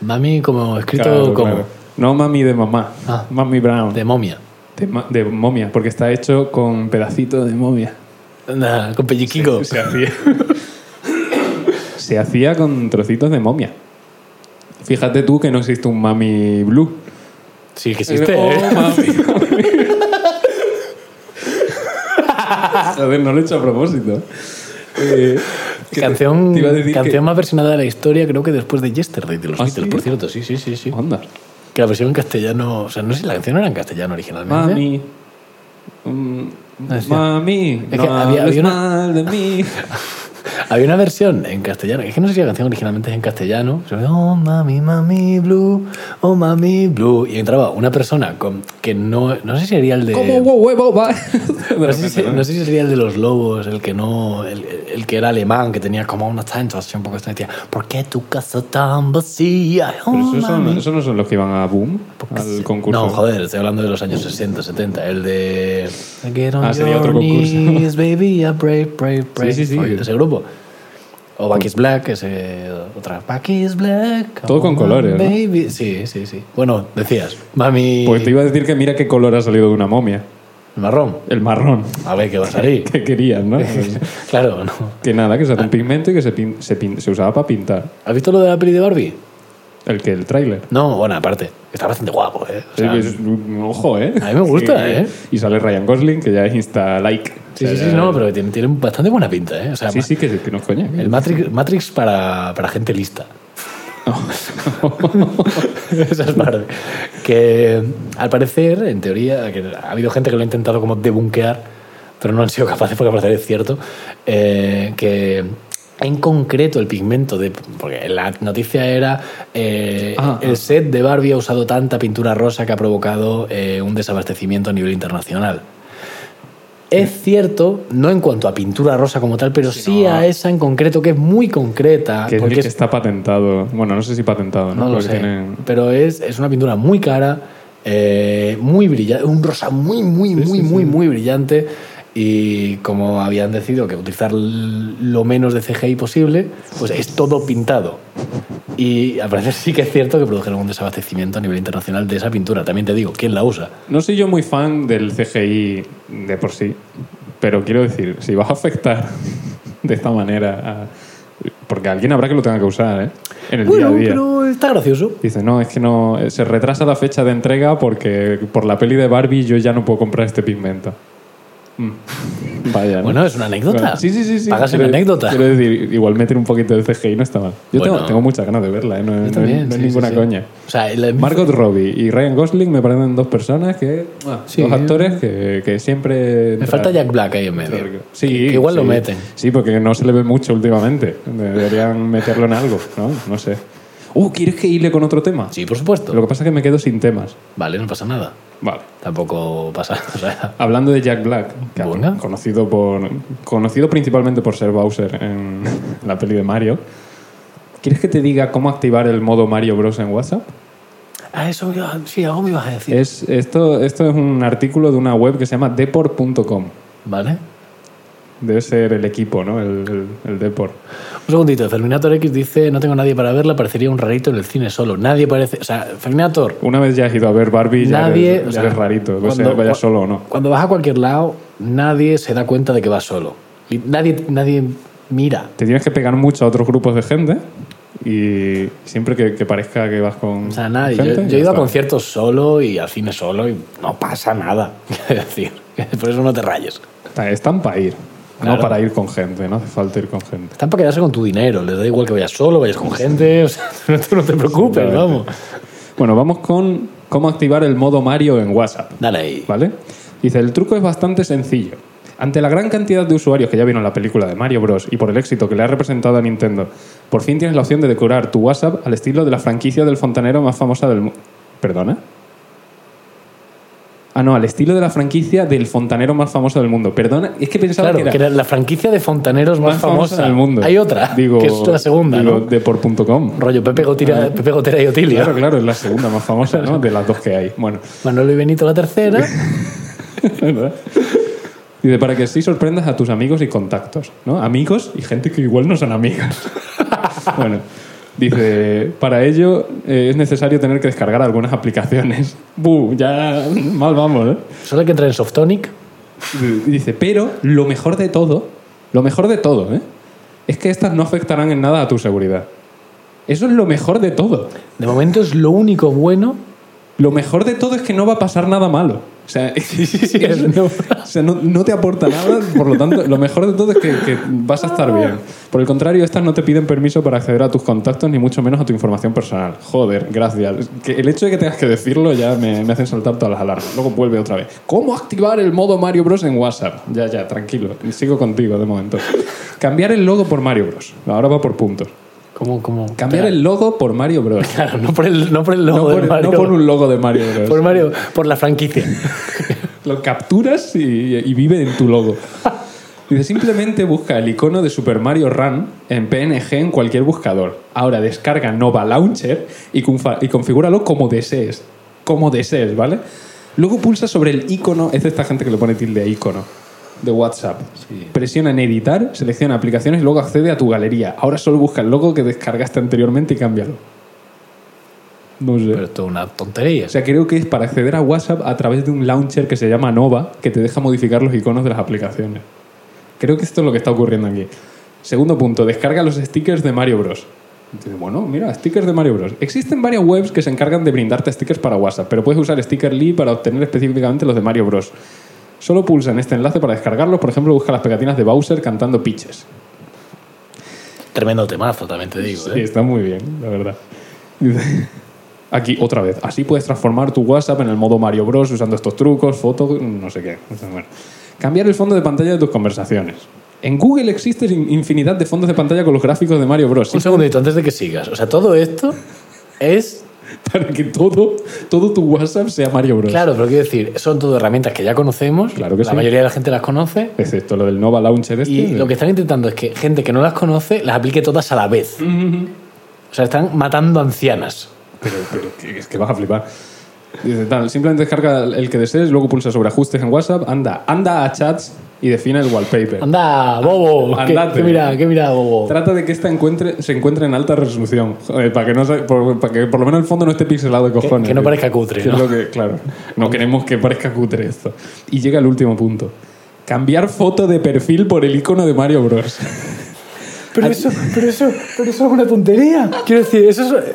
A: Mami, como escrito
C: Claro,
A: como
C: claro. No mami de mamá,
A: Ah.
C: Mami Brown.
A: de momia.
C: de, ma- de momia, porque está hecho con pedacitos de momia.
A: Nah, con pelliquico.
C: Se hacía. se hacía con trocitos de momia. Fíjate tú que no existe un mami blue.
A: Sí, que existe.
C: Oh,
A: ¿eh?
C: mami, mami. Joder, no lo he hecho <laughs> a propósito. Eh, que
A: <laughs>
C: te-
A: Canción,
C: te iba a decir
A: canción
C: que-
A: más versionada de la historia, creo que después de Yesterday, de los
C: ¿Ah,
A: Beatles,
C: sí? Ah.
A: por cierto. Sí, sí, sí, sí.
C: Onda.
A: Que la versión en castellano. O sea, no sé si la canción era en castellano originalmente.
C: Mami. Mm,
A: Ah, sí.
C: Mami,
A: que
C: no
A: había- había
C: hables
A: una-
C: mal de <laughs> mí.
A: Había una versión en castellano. Es que no sé si la canción originalmente es en castellano. se llama, Oh, mami, mami, blue. Oh, mami, blue. Y entraba una persona con, que no. No sé si sería el de.
C: huevo <laughs> va?
A: No sé, si, no sé si sería el de los lobos, el que no, el, el que era alemán, que tenía como una sensación un poco extraña. Decía, ¿por qué tu casa tan vacía? Oh,
C: Pero esos, son,
A: mami".
C: esos no son los que iban a Boom, al concurso.
A: Pues, No, joder, estoy hablando de los años 60, 70. El de. I Get on
C: Ah, sería
A: your
C: otro concurso.
A: knees, baby, I pray, pray, pray.
C: sí, sí.
A: Oye, de ese grupo. O Back is Black, ese, otra. Back is Black.
C: Todo con
A: oh,
C: colores, ¿no?
A: Baby. Sí, sí, sí. Bueno, decías, mami.
C: Pues te iba a decir que mira qué color ha salido de una momia.
A: Marrón.
C: El marrón. <laughs>
A: A ver qué va a salir. Eh,
C: Que querías, <laughs> ¿no?
A: claro, no.
C: que nada, que se era un pigmento y que se, pin- se, pin- se usaba para pintar.
A: ¿Has visto lo de la peli de Barbie?
C: El que el tráiler.
A: No, bueno, aparte, está bastante guapo, ¿eh? O sea,
C: Es- es un ojo, ¿eh?
A: A mí me gusta, ¿eh?
C: Y sale Ryan Gosling, que ya es insta-like.
A: sí,
C: O sea,
A: sí, sí,
C: ya-
A: no, eh, pero tiene, tiene bastante buena pinta, ¿eh? O sea,
C: Sí, sí, que, que no es coña. que-
A: el Matrix, Matrix para, para gente
C: <laughs>
A: lista. Esa es parte. Que al parecer, en teoría, que ha habido gente que lo ha intentado como debunquear, pero no han sido capaces porque al parecer es cierto, eh, que en concreto el pigmento de... Porque la noticia era eh,
C: Ah,
A: el
C: ah.
A: set de Barbie ha usado tanta pintura rosa que ha provocado eh, un desabastecimiento a nivel internacional. Es cierto, no en cuanto a pintura rosa como tal, pero sí
C: no.
A: a esa en concreto, que es muy concreta.
C: que es el
A: Ah, porque
C: que
A: es-
C: está patentado. Bueno, no sé si patentado,
A: no
C: ¿no?
A: lo
C: Porque
A: sé.
C: tienen-
A: Pero es, es una pintura muy cara, eh, muy brillante, un rosa muy, muy, muy, muy, muy brillante. Y como habían decidido que utilizar l- lo menos de CGI posible, pues es todo pintado. Y al parecer sí que es cierto que produjeron un desabastecimiento a nivel internacional de esa pintura. También te digo, ¿quién la usa?
C: No soy yo muy fan del CGI de por sí, pero quiero decir, si vas a afectar <laughs> de esta manera a... Porque alguien habrá que lo tenga que usar, ¿eh? En el
A: Bueno,
C: día a día.
A: pero está gracioso.
C: Dice, no, es que no... eh, Se retrasa la fecha de entrega porque por la peli de Barbie yo ya no puedo comprar este pigmento. Mm. <laughs> Vaya, ¿no?
A: Bueno, es una anécdota.
C: Bueno, sí, sí, sí. sí.
A: Pagas
C: Quiero-
A: una anécdota.
C: Quiero decir, igual meter un poquito de CGI no está mal. Yo
A: Bueno.
C: tengo, tengo muchas ganas de verla, ¿eh? No, no es-
A: Yo también,
C: no es
A: sí, sí,
C: ninguna
A: sí.
C: coña.
A: O sea, el-
C: Margot Robbie y Ryan Gosling me parecen dos personas que. ah,
A: Sí.
C: dos actores que, que siempre.
A: me falta Jack Black ahí en medio.
C: Sí,
A: que igual lo
C: sí.
A: meten.
C: Sí, porque no se le ve mucho últimamente. Deberían meterlo en algo, ¿no? No sé. Uh, ¿quieres que hile con otro tema?
A: Sí, por supuesto.
C: Lo que pasa es que me quedo sin temas.
A: Vale, no pasa nada.
C: Vale.
A: Tampoco pasa. <laughs> O sea,
C: Hablando de Jack Black, que
A: Venga.
C: conocido, por, conocido principalmente por ser Bowser en <laughs> la peli de Mario, ¿quieres que te diga cómo activar el modo Mario Bros en WhatsApp?
A: Ah, eso me iba- sí, algo me ibas a decir.
C: Es, esto, esto es un artículo de una web que se llama deport.com.
A: Vale.
C: Debe ser el equipo, ¿no? El, el, el Deport.
A: Un segundito, Terminator X dice, no tengo nadie para verla, parecería un rarito en el cine solo. Nadie parece... O sea, Terminator,
C: Una vez ya has ido a ver Barbie, ya
A: nadie...
C: eres,
A: o
C: ya
A: sea,
C: eres rarito. O sea,
A: cuando-
C: vaya
A: cua-
C: solo o no.
A: Cuando vas a cualquier lado, nadie se da cuenta de que vas solo. Y Nadie, nadie mira.
C: Te tienes que pegar mucho a otros grupos de gente y siempre que, que parezca que vas con.
A: O sea, nadie. Yo,
C: gente,
A: yo
C: ya
A: he ido a
C: está.
A: conciertos solo y al cine solo y no pasa nada. <laughs> Es decir, por eso no te rayes.
C: Está- Están para ir,
A: Claro.
C: no para ir con gente, no hace falta ir con gente.
A: Están para quedarse con tu dinero. Les da igual que vayas solo, vayas con gente. O sea, <laughs> tú no te preocupes, vamos.
C: Bueno, vamos con cómo activar el modo Mario en WhatsApp,
A: Dale ahí.
C: ¿vale? Dice, el truco es bastante sencillo. Ante la gran cantidad de usuarios que ya vieron la película de Mario Bros. y por el éxito que le ha representado a Nintendo, por fin tienes la opción de decorar tu WhatsApp al estilo de la franquicia del fontanero más famosa del mundo. ¿Perdona? Ah, no, al estilo de la franquicia del fontanero más famoso del mundo. Perdona, es que pensaba
A: Claro,
C: que era...
A: que era la franquicia de fontaneros más, famosa,
C: del mundo.
A: Hay otra,
C: Digo,
A: que es la segunda, ¿no?
C: digo, de por.com.
A: Rollo Pepe, Gotira- Pepe Gotera y Otilia.
C: Claro, claro, es la segunda más famosa, ¿no? De las dos que hay. Bueno, <laughs>
A: Manolo y Benito la tercera.
C: ¿verdad? Dice, para que sí sorprendas a tus amigos y contactos, ¿no? Amigos y gente que igual no son amigos. <laughs> bueno, Dice, para ello eh, es necesario tener que descargar algunas aplicaciones. <laughs> ¡Buh! Ya mal vamos, ¿eh?
A: Solo hay que entrar en Softonic.
C: Dice, pero lo mejor de todo, lo mejor de todo, ¿eh? es que estas no afectarán en nada a tu seguridad. Eso es lo mejor de todo.
A: De momento es lo único bueno.
C: Lo mejor de todo es que no va a pasar nada malo. O sea, <laughs> es-
A: no.
C: o sea, no, no te aporta nada, por lo tanto, lo mejor de todo es que, que vas a
A: Ah.
C: estar bien. Por el contrario, estas no te piden permiso para acceder a tus contactos, ni mucho menos a tu información personal. Joder, gracias. Que el hecho de que tengas que decirlo ya me, me hacen saltar todas las alarmas. Luego vuelve otra vez. ¿Cómo activar el modo Mario Bros en WhatsApp? Ya, ya, tranquilo. Sigo contigo de momento. Cambiar el logo por Mario Bros. Ahora va por puntos.
A: Como, como.
C: Cambiar el logo por Mario Bros.
A: Claro, no por el, no por el <laughs>
C: No
A: logo
C: por,
A: de Mario. <laughs>
C: no por un logo de Mario Bros.
A: Por Mario, por la franquicia.
C: Lo capturas y, y vive en tu logo. Dice, simplemente busca el icono de Super Mario Run en PNG en cualquier buscador. Ahora descarga Nova Launcher y, confa- y configúralo como desees. Como desees, ¿vale? Luego pulsa sobre el icono, es de esta gente que le pone tilde a icono, de WhatsApp. Presiona en editar, selecciona aplicaciones y luego accede a tu galería. Ahora solo busca el logo que descargaste anteriormente y cámbialo. No sé.
A: Pero esto es una tontería.
C: O sea, creo que es para acceder a WhatsApp a través de un launcher que se llama Nova, que te deja modificar los iconos de las aplicaciones. Creo que esto es lo que está ocurriendo aquí. Segundo punto, descarga los stickers de Mario Bros. Y dices, Bueno, mira, stickers de Mario Bros. Existen varias webs que se encargan de brindarte stickers para WhatsApp, pero puedes usar Sticker Lee para obtener específicamente los de Mario Bros. Solo pulsa en este enlace para descargarlos. Por ejemplo, busca las pegatinas de Bowser cantando pitches.
A: Tremendo temazo, también te digo.
C: Sí,
A: ¿eh?
C: está muy bien, la verdad. Dice, Aquí otra vez. Así puedes transformar tu WhatsApp en el modo Mario Bros usando estos trucos, fotos, no sé qué. Bueno. Cambiar el fondo de pantalla de tus conversaciones. En Google existe in- infinidad de fondos de pantalla con los gráficos de Mario Bros.
A: Un segundito antes de que sigas. O sea, todo esto es.
C: <laughs> Para que todo, todo tu WhatsApp sea Mario Bros.
A: Claro, pero quiero decir, son todo herramientas que ya conocemos.
C: Pues Claro que
A: la
C: sí.
A: mayoría de la gente las conoce.
C: Excepto lo del Nova Launcher este.
A: Y lo que están intentando es que gente que no las conoce las aplique todas a la vez. O sea, están matando ancianas.
C: <laughs> Pero, pero que- es que vas a flipar. Dice, tal, simplemente descarga el que desees, luego pulsa sobre ajustes en WhatsApp, anda, anda a chats y define el wallpaper.
A: Anda, bobo. ¿Qué,
C: Andate.
A: qué mira, qué mira, bobo.
C: Trata de que esta encuentre, se encuentre en alta resolución. Joder, para, que no, se- por, para que por lo menos el fondo no esté pixelado de cojones.
A: que no parezca cutre,
C: Que es
A: ¿no?
C: lo que- claro, no queremos que parezca cutre esto. Y llega el último punto. Cambiar foto de perfil por el icono de Mario Bros.
A: Pero eso, pero eso, pero eso es una tontería. Quiero decir, eso
C: <laughs>
A: es.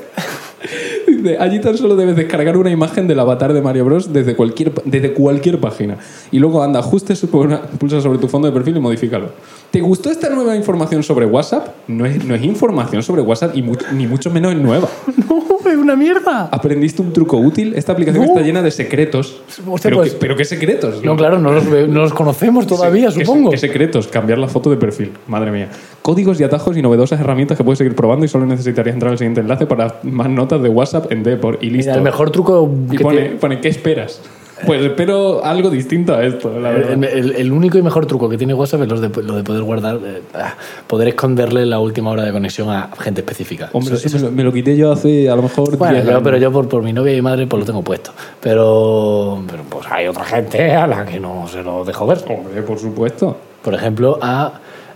C: Dice, Allí tan solo debes descargar una imagen del avatar de Mario Bros. desde cualquier, desde cualquier página. Y luego anda, ajustes, por una- pulsa sobre tu fondo de perfil y modifícalo. ¿Te gustó esta nueva información sobre WhatsApp? No es, no es información sobre WhatsApp y mu- ni mucho menos es nueva.
A: No, es una mierda.
C: ¿Aprendiste un truco útil? Esta aplicación
A: No.
C: está llena de secretos.
A: Hostia,
C: pero,
A: pues-
C: qué, pero qué secretos?
A: No, claro, no los, ve- no los conocemos todavía,
C: ¿Qué se-
A: supongo.
C: ¿Qué secretos? Cambiar la foto de perfil. Madre mía. Códigos y atajos y novedosas herramientas que puedes seguir probando y solo necesitarías entrar al siguiente enlace para más notas de WhatsApp en Depor y listo.
A: Mira, el mejor truco
C: y
A: que
C: pone,
A: tiene-
C: pone, ¿qué esperas? Pues espero algo distinto a esto, la verdad.
A: el, el- el único y mejor truco que tiene WhatsApp es los de- lo de poder guardar, eh, ah, poder esconderle la última hora de conexión a gente específica.
C: Hombre,
A: Eso-
C: eso me lo, me lo quité yo hace a lo mejor
A: Bueno,
C: 10
A: yo-
C: años.
A: pero yo por, por mi novia y mi madre pues lo tengo puesto. Pero, pero, pues hay otra gente a la que no se lo dejo ver.
C: Hombre, por supuesto.
A: Por ejemplo, a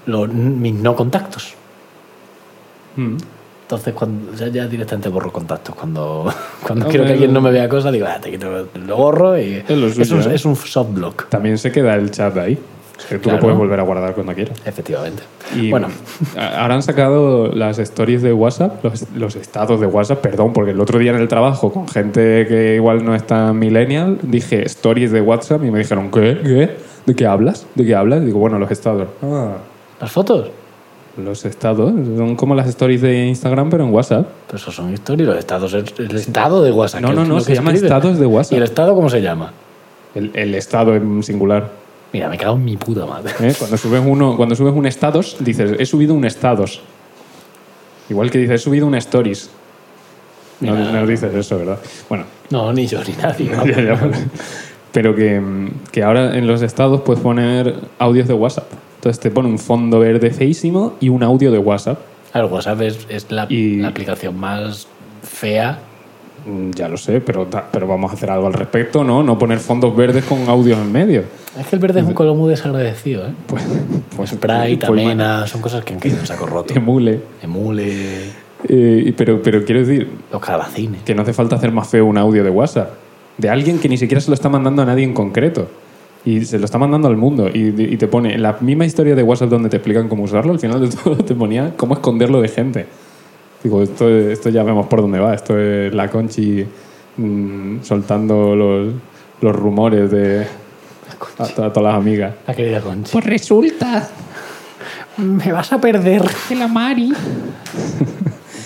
A: los, mis no contactos.
C: Mm.
A: Entonces cuando, ya, ya directamente borro contactos. Cuando, <laughs> cuando
C: Ah,
A: quiero que
C: bueno.
A: alguien no me vea cosas, digo, ah, te quito, lo borro y
C: Es lo
A: es,
C: suyo,
A: un,
C: ¿eh?
A: es un soft block,
C: También se queda el chat ahí. Es que tú
A: Claro.
C: lo puedes volver a guardar cuando quieras.
A: efectivamente.
C: Y
A: bueno,
C: a- ahora han sacado las stories de WhatsApp, los, los estados de WhatsApp, perdón, porque el otro día en el trabajo con gente que igual no es tan millennial, dije stories de WhatsApp y me dijeron, ¿qué? ¿Qué? ¿De qué hablas? ¿De qué hablas? Y digo, bueno, los estados. Ah,
A: las fotos.
C: los estados son como las stories de Instagram, pero en WhatsApp.
A: Pero pues eso son historias, los estados, el, el estado de WhatsApp.
C: No,
A: que
C: no,
A: es
C: no,
A: lo
C: se
A: que
C: llama
A: escriben.
C: estados de
A: ¿Y el
C: WhatsApp.
A: estado cómo se llama?
C: El, el estado en singular.
A: Mira, me cago en mi puta madre. <laughs>
C: ¿eh? Cuando, subes uno, cuando subes un estados, dices, he subido un estados. Igual que dices, he subido un stories. No, no dices eso, ¿verdad? Bueno, <laughs>
A: No, ni yo ni nadie. vamos.
C: Ya, ya, vale. Pero que, mm, que ahora en los estados puedes poner audios de WhatsApp. Entonces te pone un fondo verde feísimo y un audio de WhatsApp.
A: Claro, WhatsApp es, es la,
C: Y-
A: la aplicación más fea.
C: Mm, Ya lo sé, pero, ta- pero vamos a hacer algo al respecto, ¿no? No poner fondos verdes con audios en medio.
A: Es que el verde es un color muy desagradecido, ¿eh?
C: Pues, pues
A: Sprite,
C: pues,
A: amena, son cosas que han caído en saco roto.
C: Emule.
A: Emule.
C: Eh, y- pero, pero quiero decir
A: Los calabacines.
C: que no hace falta hacer más feo un audio de WhatsApp. De alguien que ni siquiera se lo está mandando a nadie en concreto. Y se lo está mandando al mundo. Y, y te pone la misma historia de WhatsApp donde te explican cómo usarlo. Al final de todo te ponía cómo esconderlo de gente. Digo, esto, esto ya vemos por dónde va. Esto es la conchi mm, soltando los, los rumores de a, a todas las amigas.
A: La querida Conchi.
C: Pues resulta
A: Me vas a perder.
C: que la Mari.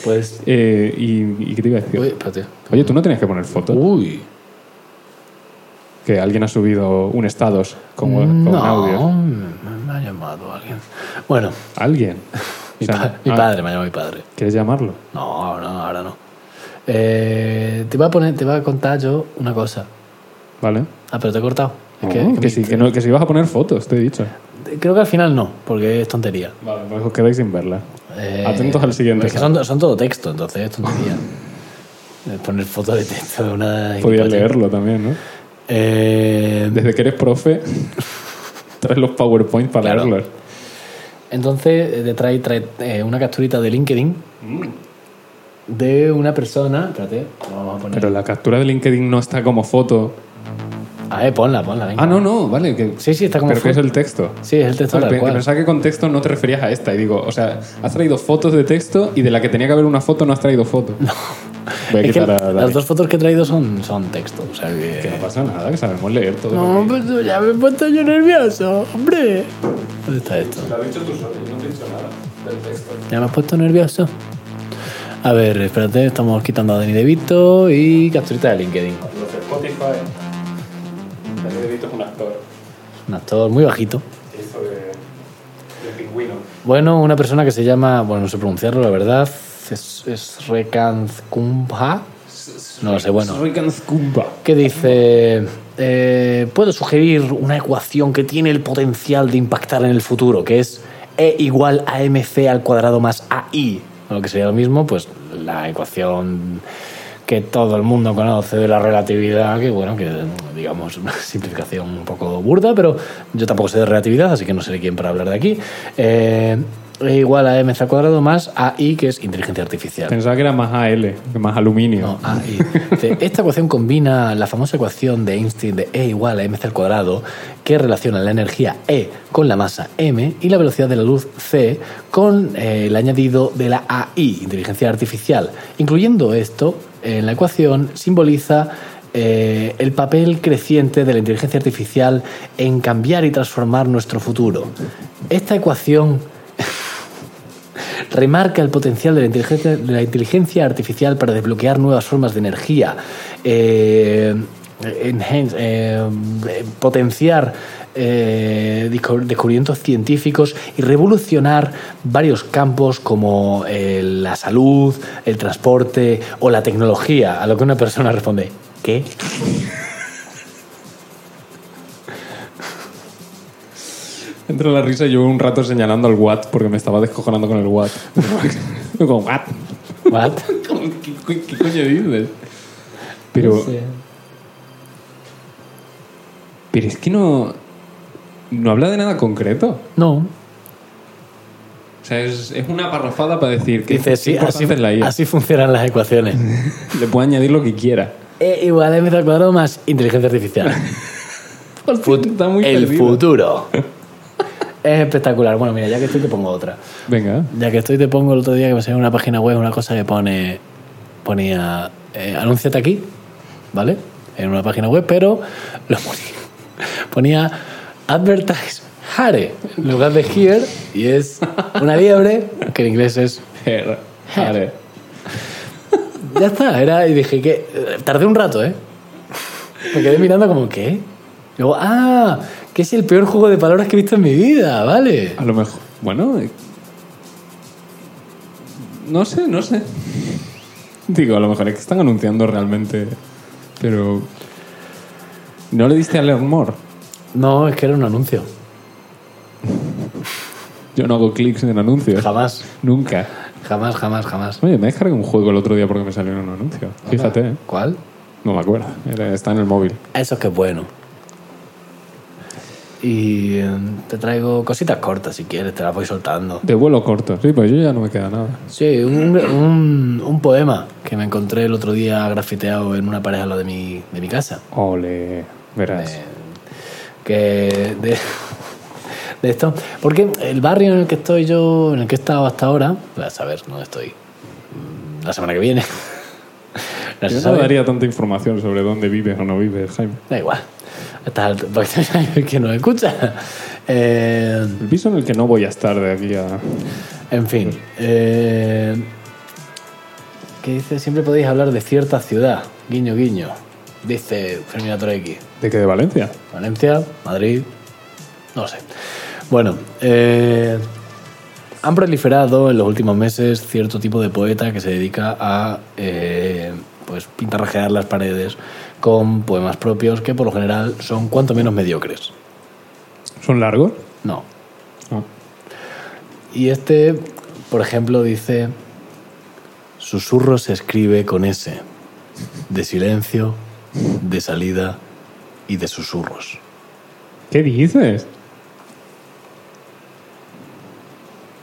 A: Pues.
C: Eh, y, ¿Y qué te iba a decir?
A: Uy, espérate.
C: Oye, tú no tenías que poner fotos.
A: Uy.
C: Que alguien ha subido un estados con, con un
A: No,
C: audio.
A: me me ha llamado alguien. Bueno,
C: ¿Alguien?
A: <laughs> mi,
C: O sea,
A: pa- mi
C: ah,
A: padre me ha llamado mi padre.
C: ¿Quieres llamarlo?
A: No, no, ahora no. Eh, te voy a poner, te voy a contar yo una cosa.
C: ¿Vale?
A: Ah, pero te he cortado. Es
C: No,
A: que-
C: que,
A: que me-
C: sí, que, no, que si vas a poner fotos, te he dicho.
A: Creo que al final no, porque es tontería.
C: Vale, pues os quedáis sin verla.
A: Eh,
C: Atentos al siguiente.
A: Es que son, son todo texto, entonces es tontería. Eh, Poner fotos de texto de una.
C: Podías leerlo también, ¿no?
A: Eh,
C: Desde que
A: <laughs>
C: eres profe, traes los PowerPoint para
A: Claro.
C: leerlos.
A: Entonces eh, te trae, trae, eh, una capturita de LinkedIn
C: Mm.
A: de una persona. Espérate, lo vamos a poner.
C: Pero la captura de LinkedIn no está como foto.
A: A ver, eh, ponla, ponla, venga.
C: Ah, no, no, vale. Que,
A: Sí, sí, está como
C: Pero que es
A: foto.
C: el texto.
A: Sí, es el texto
C: Vale,
A: tal
C: pe-
A: cual.
C: pensaba que con texto no te referías a esta. Y digo, o sea, has traído fotos de texto y de la que tenía que haber una foto no has traído foto. No. Voy a
A: Es que
C: quitar a Dani.
A: las dos fotos que he traído son, son texto. O sea que-
C: Que no pasa nada, que sabemos leer todo.
A: No, pues yo ya me he puesto yo nervioso, hombre. ¿Dónde está esto?
C: has dicho tú solo, yo no te he dicho nada del texto.
A: Ya me has puesto nervioso. A ver, espérate, estamos quitando a Dani De Vito y capturita de LinkedIn.
C: Los de Spotify. Dani DeVito es un actor.
A: Un actor muy bajito.
C: Hizo de, pingüino.
A: Bueno, una persona que se llama, bueno, no sé pronunciarlo, la verdad, es, es Rekanzkumha. No lo sé, Eh, bueno. que dice, eh, puedo sugerir una ecuación que tiene el potencial de impactar en el futuro, que es E igual a mc al cuadrado más AI, o lo que sería lo mismo, pues la ecuación que todo el mundo conoce de la relatividad, que bueno, que digamos una <laughs> simplificación un poco burda, pero yo tampoco sé de relatividad, así que no seré quién para hablar de aquí. Eh, e igual a mc al cuadrado más AI, que es inteligencia artificial.
C: Pensaba que era más AL, que más aluminio.
A: No, ah, y dice, esta ecuación combina la famosa ecuación de Einstein de E igual a mc al cuadrado, que relaciona la energía E con la masa m y la velocidad de la luz c con eh, el añadido de la AI, inteligencia artificial. Incluyendo esto, en la ecuación simboliza eh, el papel creciente de la inteligencia artificial en cambiar y transformar nuestro futuro. Esta ecuación remarca el potencial de la inteligencia, de la inteligencia artificial para desbloquear nuevas formas de energía, eh, enhance, eh, potenciar eh, descub- descubrimientos científicos y revolucionar varios campos como eh, la salud, el transporte o la tecnología, a lo que una persona responde, ¿qué?
C: Entre la risa llevo un rato señalando al Watt porque me estaba descojonando con
A: <laughs>
C: el Watt. Yo como, Watt.
A: ¿What?
C: ¿Qué, co- qué coño dices? Pero,
A: No sé.
C: pero es que no. No habla de nada concreto.
A: No.
C: O sea, es, es una parrafada para decir que
A: Dice, sí, así,
C: la IA.
A: así funcionan las ecuaciones.
C: Le puedo añadir lo que quiera.
A: E igual a mc al cuadrado más inteligencia artificial. Fut-
C: Está muy
A: el
C: perdido.
A: futuro. <laughs> es espectacular. Bueno, mira, ya que estoy te pongo otra.
C: Venga.
A: Ya que estoy te pongo el otro día que me salió en una página web una cosa que pone ponía eh, anúnciate aquí, ¿vale? En una página web, pero lo <laughs> ponía, ponía advertise hare en lugar de here y es una liebre que en inglés es
C: Her. Vale.
A: ya está, era, y dije que tardé un rato, ¿eh? Me quedé mirando como, ¿qué? Luego, ah, que es el peor juego de palabras que he visto en mi vida, vale.
C: A lo mejor. Bueno. eh, No sé, no sé. Digo, a lo mejor es que están anunciando realmente. Pero. ¿No le diste a Learn More?
A: No, es que era un anuncio,
C: Yo no hago clics en anuncios.
A: jamás,
C: Nunca.
A: jamás, jamás, jamás.
C: Oye, me descargué un juego el otro día porque me salió en un anuncio. Fíjate, eh.
A: ¿Cuál?
C: no me acuerdo. Era- está en el móvil.
A: Eso es que es bueno. Y eh, te traigo cositas cortas si quieres, te las voy soltando.
C: De vuelo corto. Sí, pues yo ya no me queda nada.
A: Sí, un, un- un poema que me encontré el otro día grafiteado en una pareja al lado de mi, de mi casa.
C: Ole, verás.
A: Eh, que de, <laughs> de esto. Porque el barrio en el que estoy yo, en el que he estado hasta ahora, a saber dónde estoy mm, la semana que viene. <laughs> No se
C: Yo no
A: sabe.
C: daría tanta información sobre dónde vives o no vives, Jaime.
A: Da igual. Hasta el, porque <laughs> que nos escucha. Eh,
C: El piso en el que no voy a estar de aquí a...
A: en fin. Eh, que dice, siempre podéis hablar de cierta ciudad. Guiño, guiño. Dice Fermina X.
C: ¿De qué? ¿De Valencia?
A: Valencia, Madrid, no lo sé. Bueno, eh, han proliferado en los últimos meses cierto tipo de poeta que se dedica a eh, pues pintarrajear las paredes con poemas propios que por lo general son cuanto menos mediocres.
C: ¿Son largos?
A: No.
C: No.
A: Y este, por ejemplo, dice, susurro se escribe con S, de silencio, de salida y de susurros.
C: ¿Qué dices?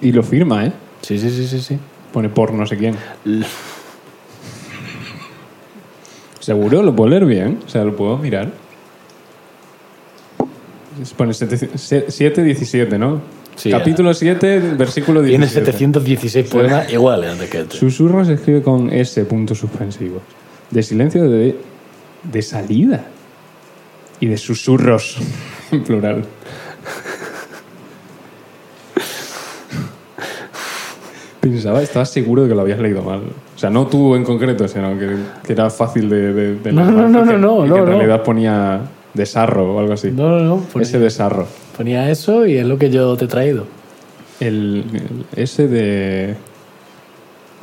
C: Y lo firma, ¿eh?
A: Sí, sí, sí, sí, sí.
C: Pone por no sé quién. Seguro, lo puedo leer bien. O sea, lo puedo mirar. Se Pone 717, ¿no?
A: Sí,
C: Capítulo 7, versículo 17.
A: Tiene 716 poemas iguales antes que este.
C: Susurro se escribe con S puntos suspensivos. De silencio de, de salida. Y de susurros, <laughs> en plural. Pensaba, estabas seguro de que lo habías leído mal. O sea, no tú en concreto, sino que, que era fácil de... de- de
A: No,
C: leer mal
A: no, no,
C: y que-
A: no, no,
C: y que
A: no.
C: en realidad ponía desarro o algo así.
A: No, no, no. Ponía,
C: Ese desarro.
A: ponía eso y es lo que yo te he traído.
C: El, el S de... <laughs>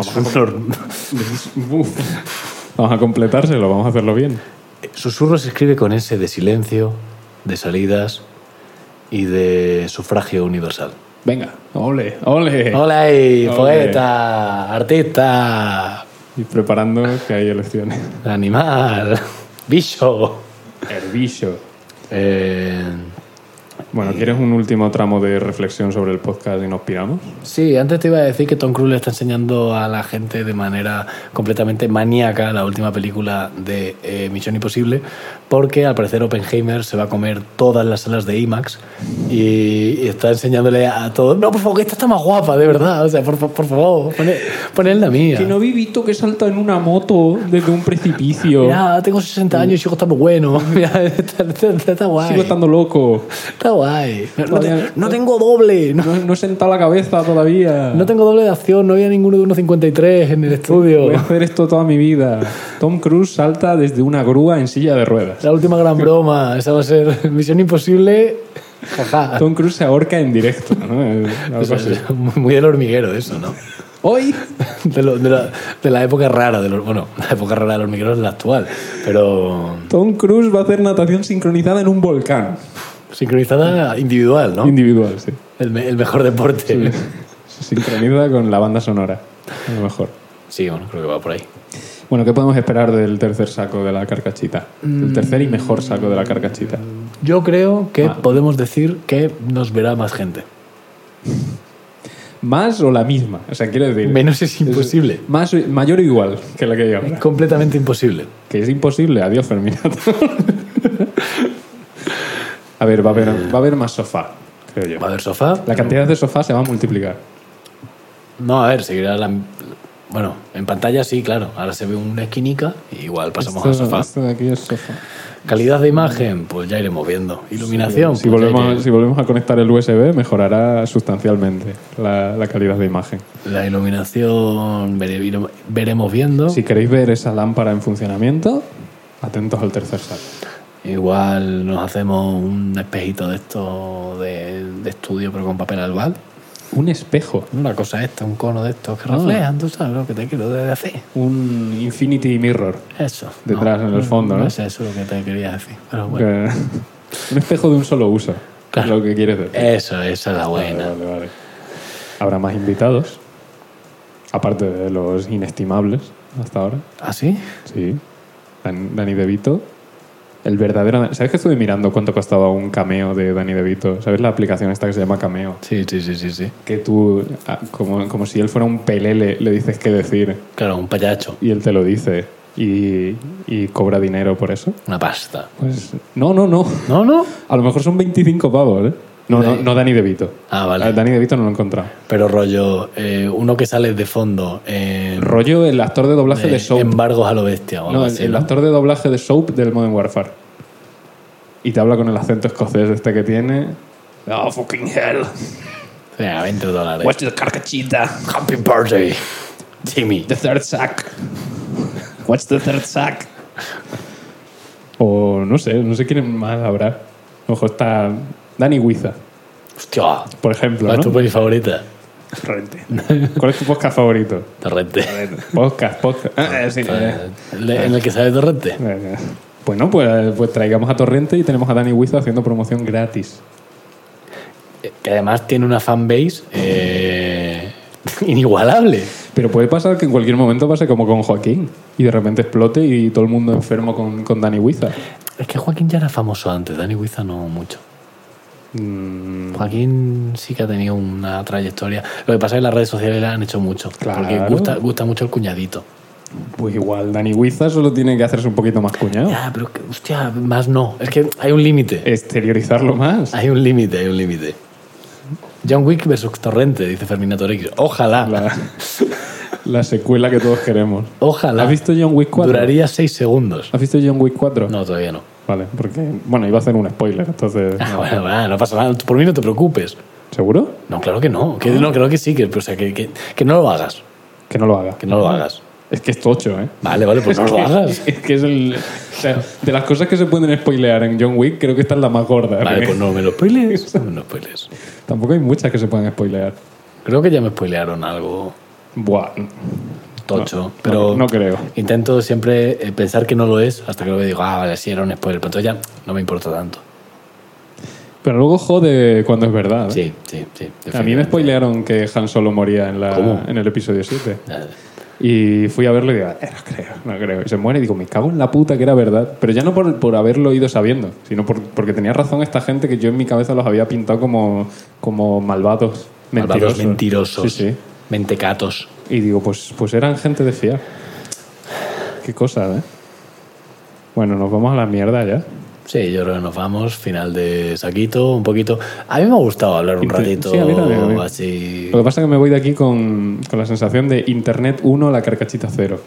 C: Uf. Vamos a completárselo, vamos a hacerlo bien.
A: Susurro se escribe con S de silencio, de salidas y de sufragio universal.
C: Venga, ole, ole.
A: Hola, ahí,
C: Ole.
A: poeta, artista,
C: Y preparando que hay elecciones.
A: animal, <laughs> bicho.
C: Herbicho.
A: Eh,
C: Bueno, ¿quieres un último tramo de reflexión sobre el podcast y nos piramos?
A: sí, antes te iba a decir que Tom Cruise le está enseñando a la gente de manera completamente maníaca la última película de eh, Misión Imposible, porque al parecer Oppenheimer se va a comer todas las salas de IMAX y, y está enseñándole a todos, no, por favor, que esta está más guapa, de verdad, o sea, por, fa- por favor, poned, poned la mía.
C: vi visto que salta en una moto desde un precipicio.
A: Mira, tengo 60 años y sigo estando
C: <laughs>
A: bueno. <laughs> Mira, está, está- está- está guay.
C: Sigo estando loco.
A: Está guay. No, no te-
C: Todavía-
A: no tengo doble. No,
C: No, no he sentado la cabeza todavía.
A: no tengo doble de acción. No había ninguno de 1.53 en el estudio.
C: Voy a hacer esto toda mi vida. Tom Cruise salta desde una grúa en silla de ruedas.
A: La última gran broma. Esa va a ser <laughs> Misión Imposible. <laughs> Jaja.
C: Tom Cruise se ahorca en
A: <laughs>
C: directo. ¿no? Algo así.
A: Muy muy del hormiguero eso, ¿no?
C: Hoy
A: <laughs> De, lo- de la, de la época rara. De los, bueno, la época rara del hormiguero es la actual. Pero
C: Tom Cruise va a hacer natación sincronizada en un volcán.
A: sincronizada individual, ¿no?
C: Individual, sí.
A: El, me- el mejor deporte. <laughs> Sí,
C: Se sincroniza con la banda sonora, a lo mejor.
A: bueno, creo que va por ahí.
C: Bueno, ¿qué podemos esperar del tercer saco de la carcachita? El tercer y mejor saco de la carcachita.
A: Yo creo que podemos decir que nos verá más gente.
C: ¿Más o la misma? O sea, quiero decir...
A: Menos es imposible.
C: Más, o- mayor o igual que la que hay ahora.
A: Completamente imposible.
C: Que es imposible. Adiós,
A: <laughs>
C: Ferminato. a ver, va a haber, va a haber más sofá, creo yo.
A: ¿Va a haber sofá?
C: La cantidad de sofá se va a multiplicar.
A: No, a ver, seguirá la... Bueno, en pantalla sí, claro. Ahora se ve una esquinica y igual pasamos
C: Esto-
A: al sofá.
C: esto de aquí es sofá.
A: Calidad de imagen, pues ya iremos viendo. Iluminación.
C: Si
A: pues ya
C: volvemos,
A: iré-
C: si volvemos a conectar el USB, mejorará sustancialmente la, la calidad de imagen.
A: La iluminación vere- ire- veremos viendo.
C: Si queréis ver esa lámpara en funcionamiento, atentos al tercer saco.
A: Igual nos hacemos un espejito de esto de, de estudio, pero con papel albal.
C: Un espejo,
A: Una cosa esta, un cono de estos
C: Ah.
A: que reflejan, tú sabes lo que te quiero decir.
C: un Infinity Mirror.
A: Eso.
C: Detrás, en el fondo, ¿no?
A: es eso lo que te quería decir. Pero bueno.
C: Que- <laughs> un espejo de un solo uso, es
A: Claro. Eh.
C: lo que quieres decir.
A: Eso, esa es la buena.
C: Vale, vale, vale. Habrá más invitados, aparte de los inestimables hasta ahora.
A: ¿Ah, sí?
C: Sí. Dan- Dani De Vito, El verdadero... ¿Sabes que estuve mirando cuánto costaba un cameo de Danny DeVito? ¿Sabes la aplicación esta que se llama Cameo?
A: Sí, sí, sí, sí, sí.
C: Que tú, ah, como, como si él fuera un pelele, le dices qué decir
A: Claro, un payacho,
C: y él te lo dice y, y cobra dinero por eso.
A: una pasta.
C: Pues no, no, no.
A: No, no.
C: A lo mejor son 25 pavos, ¿eh? No, no, no Danny DeVito.
A: Ah, vale.
C: A Danny DeVito no lo he encontrado.
A: Pero rollo, eh, uno que sale de fondo en,
C: Rollo el actor de doblaje de
A: eh,
C: Soap.
A: en Vargos a lo bestia o algo
C: No, el,
A: así,
C: el
A: ¿no?
C: actor de doblaje de Soap del Modern Warfare. Y te habla con el acento escocés este que tiene. Oh, fucking hell.
A: Venga, 20 dólares.
C: What's the carcachita?
A: Happy birthday, Jimmy.
C: The third sack. What's the third sack? O no sé, no sé quién más habrá. Ojo, está Danny Huiza,
A: Hostia,
C: por ejemplo.
A: ¿cuál es tu
C: ¿no?
A: peli favorita?
C: Torrente. <laughs> ¿Cuál es tu podcast favorito?
A: Torrente.
C: Podcast, podcast. Ah, eh, sí, eh.
A: <laughs> Le- En el que sale Torrente.
C: Venga. Bueno, pues, pues traigamos a Torrente y tenemos a Dani Huiza haciendo promoción gratis.
A: Eh, Que además tiene una fanbase eh, <laughs> inigualable.
C: Pero puede pasar que en cualquier momento pase como con Joaquín y de repente explote y todo el mundo enfermo con, con Dani Huiza.
A: Es que Joaquín ya era famoso antes, Dani Huiza no mucho.
C: Mm.
A: Joaquín sí que ha tenido una trayectoria. Lo que pasa es que las redes sociales le han hecho mucho.
C: Claro.
A: Porque gusta, gusta mucho el cuñadito.
C: Pues igual, Dani Huiza solo tiene que hacerse un poquito más cuñado.
A: Ya, pero que, hostia, más no. Es que hay un límite.
C: Exteriorizarlo más.
A: Hay un límite, hay un límite. John Wick versus Torrente, dice Fermina X. Ojalá.
C: La, la secuela que todos queremos.
A: Ojalá.
C: ¿Has visto John Wick 4?
A: Duraría seis segundos.
C: ¿Has visto John Wick 4?
A: No, todavía no.
C: Vale, porque. Bueno, iba a hacer un spoiler, entonces.
A: Ah, bueno, va, no pasa nada. Tú Por mí no te preocupes.
C: ¿Seguro?
A: No, claro que no.
C: Ah.
A: Que, no, creo que sí. Que, o sea, que, que- que no lo hagas.
C: Que no lo haga.
A: Que no lo hagas.
C: Es que es tocho, ¿eh?
A: Vale, vale, pues no lo hagas.
C: Es que es el. o sea, de las cosas que se pueden spoilear en John Wick, creo que esta es la más gorda.
A: Vale,
C: porque
A: pues no me lo spoiles. No me lo spoiles.
C: Tampoco hay muchas que se puedan spoilear.
A: Creo que ya me spoilearon algo
C: Buah.
A: tocho.
C: No,
A: pero
C: no- no creo.
A: Intento siempre eh, pensar que no lo es hasta que luego digo, ah, vale, sí era un spoiler. Pero entonces ya no me importa tanto.
C: Pero luego jode cuando es verdad. ¿eh?
A: Sí, sí, sí.
C: A mí me
A: definitivamente.
C: spoilearon que Han Solo moría en, la,
A: ¿Cómo?
C: en el episodio 7.
A: Ya,
C: Y fui a verlo y digo, "Eh, no creo, no creo. Y se muere y digo, me cago en la puta que era verdad. Pero ya no por, por haberlo ido sabiendo, sino por- porque tenía razón esta gente que yo en mi cabeza los había pintado como, como malvados.
A: malvados
C: Mentirosos.
A: mentirosos.
C: Sí, sí.
A: Mentecatos.
C: Y digo, pues, pues eran gente de fiar. Qué cosa, ¿eh? Bueno, nos vamos a la mierda ya.
A: Sí, yo creo que nos vamos. Final de saquito, un poquito. A mí me ha gustado hablar un
C: Inte-
A: ratito
C: sí, a mí también, a mí.
A: así.
C: Lo que pasa es que me voy de aquí con, con la sensación de Internet 1, la carcachita 0.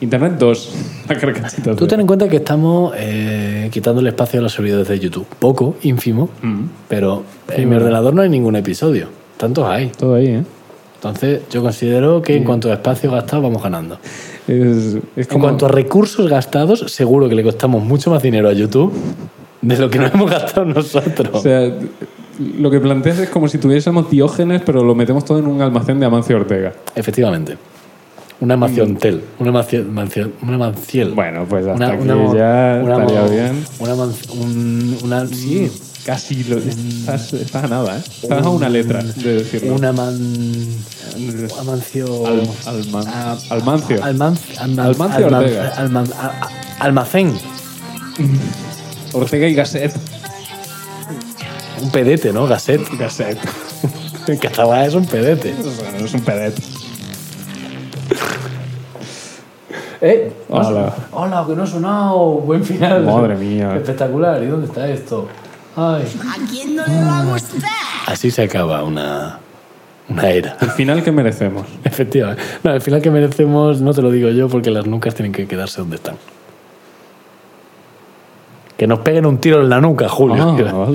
C: Internet 2, <laughs> la carcachita 0.
A: Tú ten en cuenta que estamos eh, quitando el espacio a los servidores de YouTube. Poco, ínfimo,
C: Mm.
A: pero en mi ordenador no hay ningún episodio. Tantos hay.
C: Todo ahí, ¿eh?
A: Entonces, yo considero
C: Mm.
A: que en cuanto a espacio gastado, vamos ganando.
C: Es, es
A: En
C: como...
A: cuanto a recursos gastados, seguro que le costamos mucho más dinero a YouTube de lo que nos hemos gastado nosotros.
C: O sea, lo que planteas es como si tuviésemos diógenes, pero lo metemos todo en un almacén de Amancio Ortega.
A: Efectivamente. Una manciontel. Una, mancio- mancio- una manciel.
C: Mm. Bueno, pues hasta aquí
A: mo-
C: ya
A: una mo-
C: estaría bien.
A: Una manc- un- una- sí,
C: Casi lo- estás, estás a nada, ¿eh? Estás a Mm. una letra de decirlo.
A: Mm, una man... una mancio...
C: Al- alman- Almancio.
A: alman- alman-
C: Almancio
A: alman-
C: Ortega.
A: alman- a- a- almacén.
C: Ortega y Gasset.
A: Un pedete, ¿no?
C: <laughs>
A: Gasset.
C: Gasset.
A: En catalán es un pedete.
C: Bueno, es un pedet.
A: ¿Eh?
C: Hola.
A: Hola, que no ha sonado. Buen final.
C: Madre mía.
A: Espectacular. ¿Y dónde está esto? Ay.
B: ¿A quién no le va a gustar?
A: Así se acaba una, una era. <laughs>
C: El final que merecemos.
A: Efectivamente. No, al final que merecemos, no te lo digo yo, porque las nucas tienen que quedarse donde están. Que nos peguen un tiro en la nuca, Julio. <laughs>
C: Ah, vale.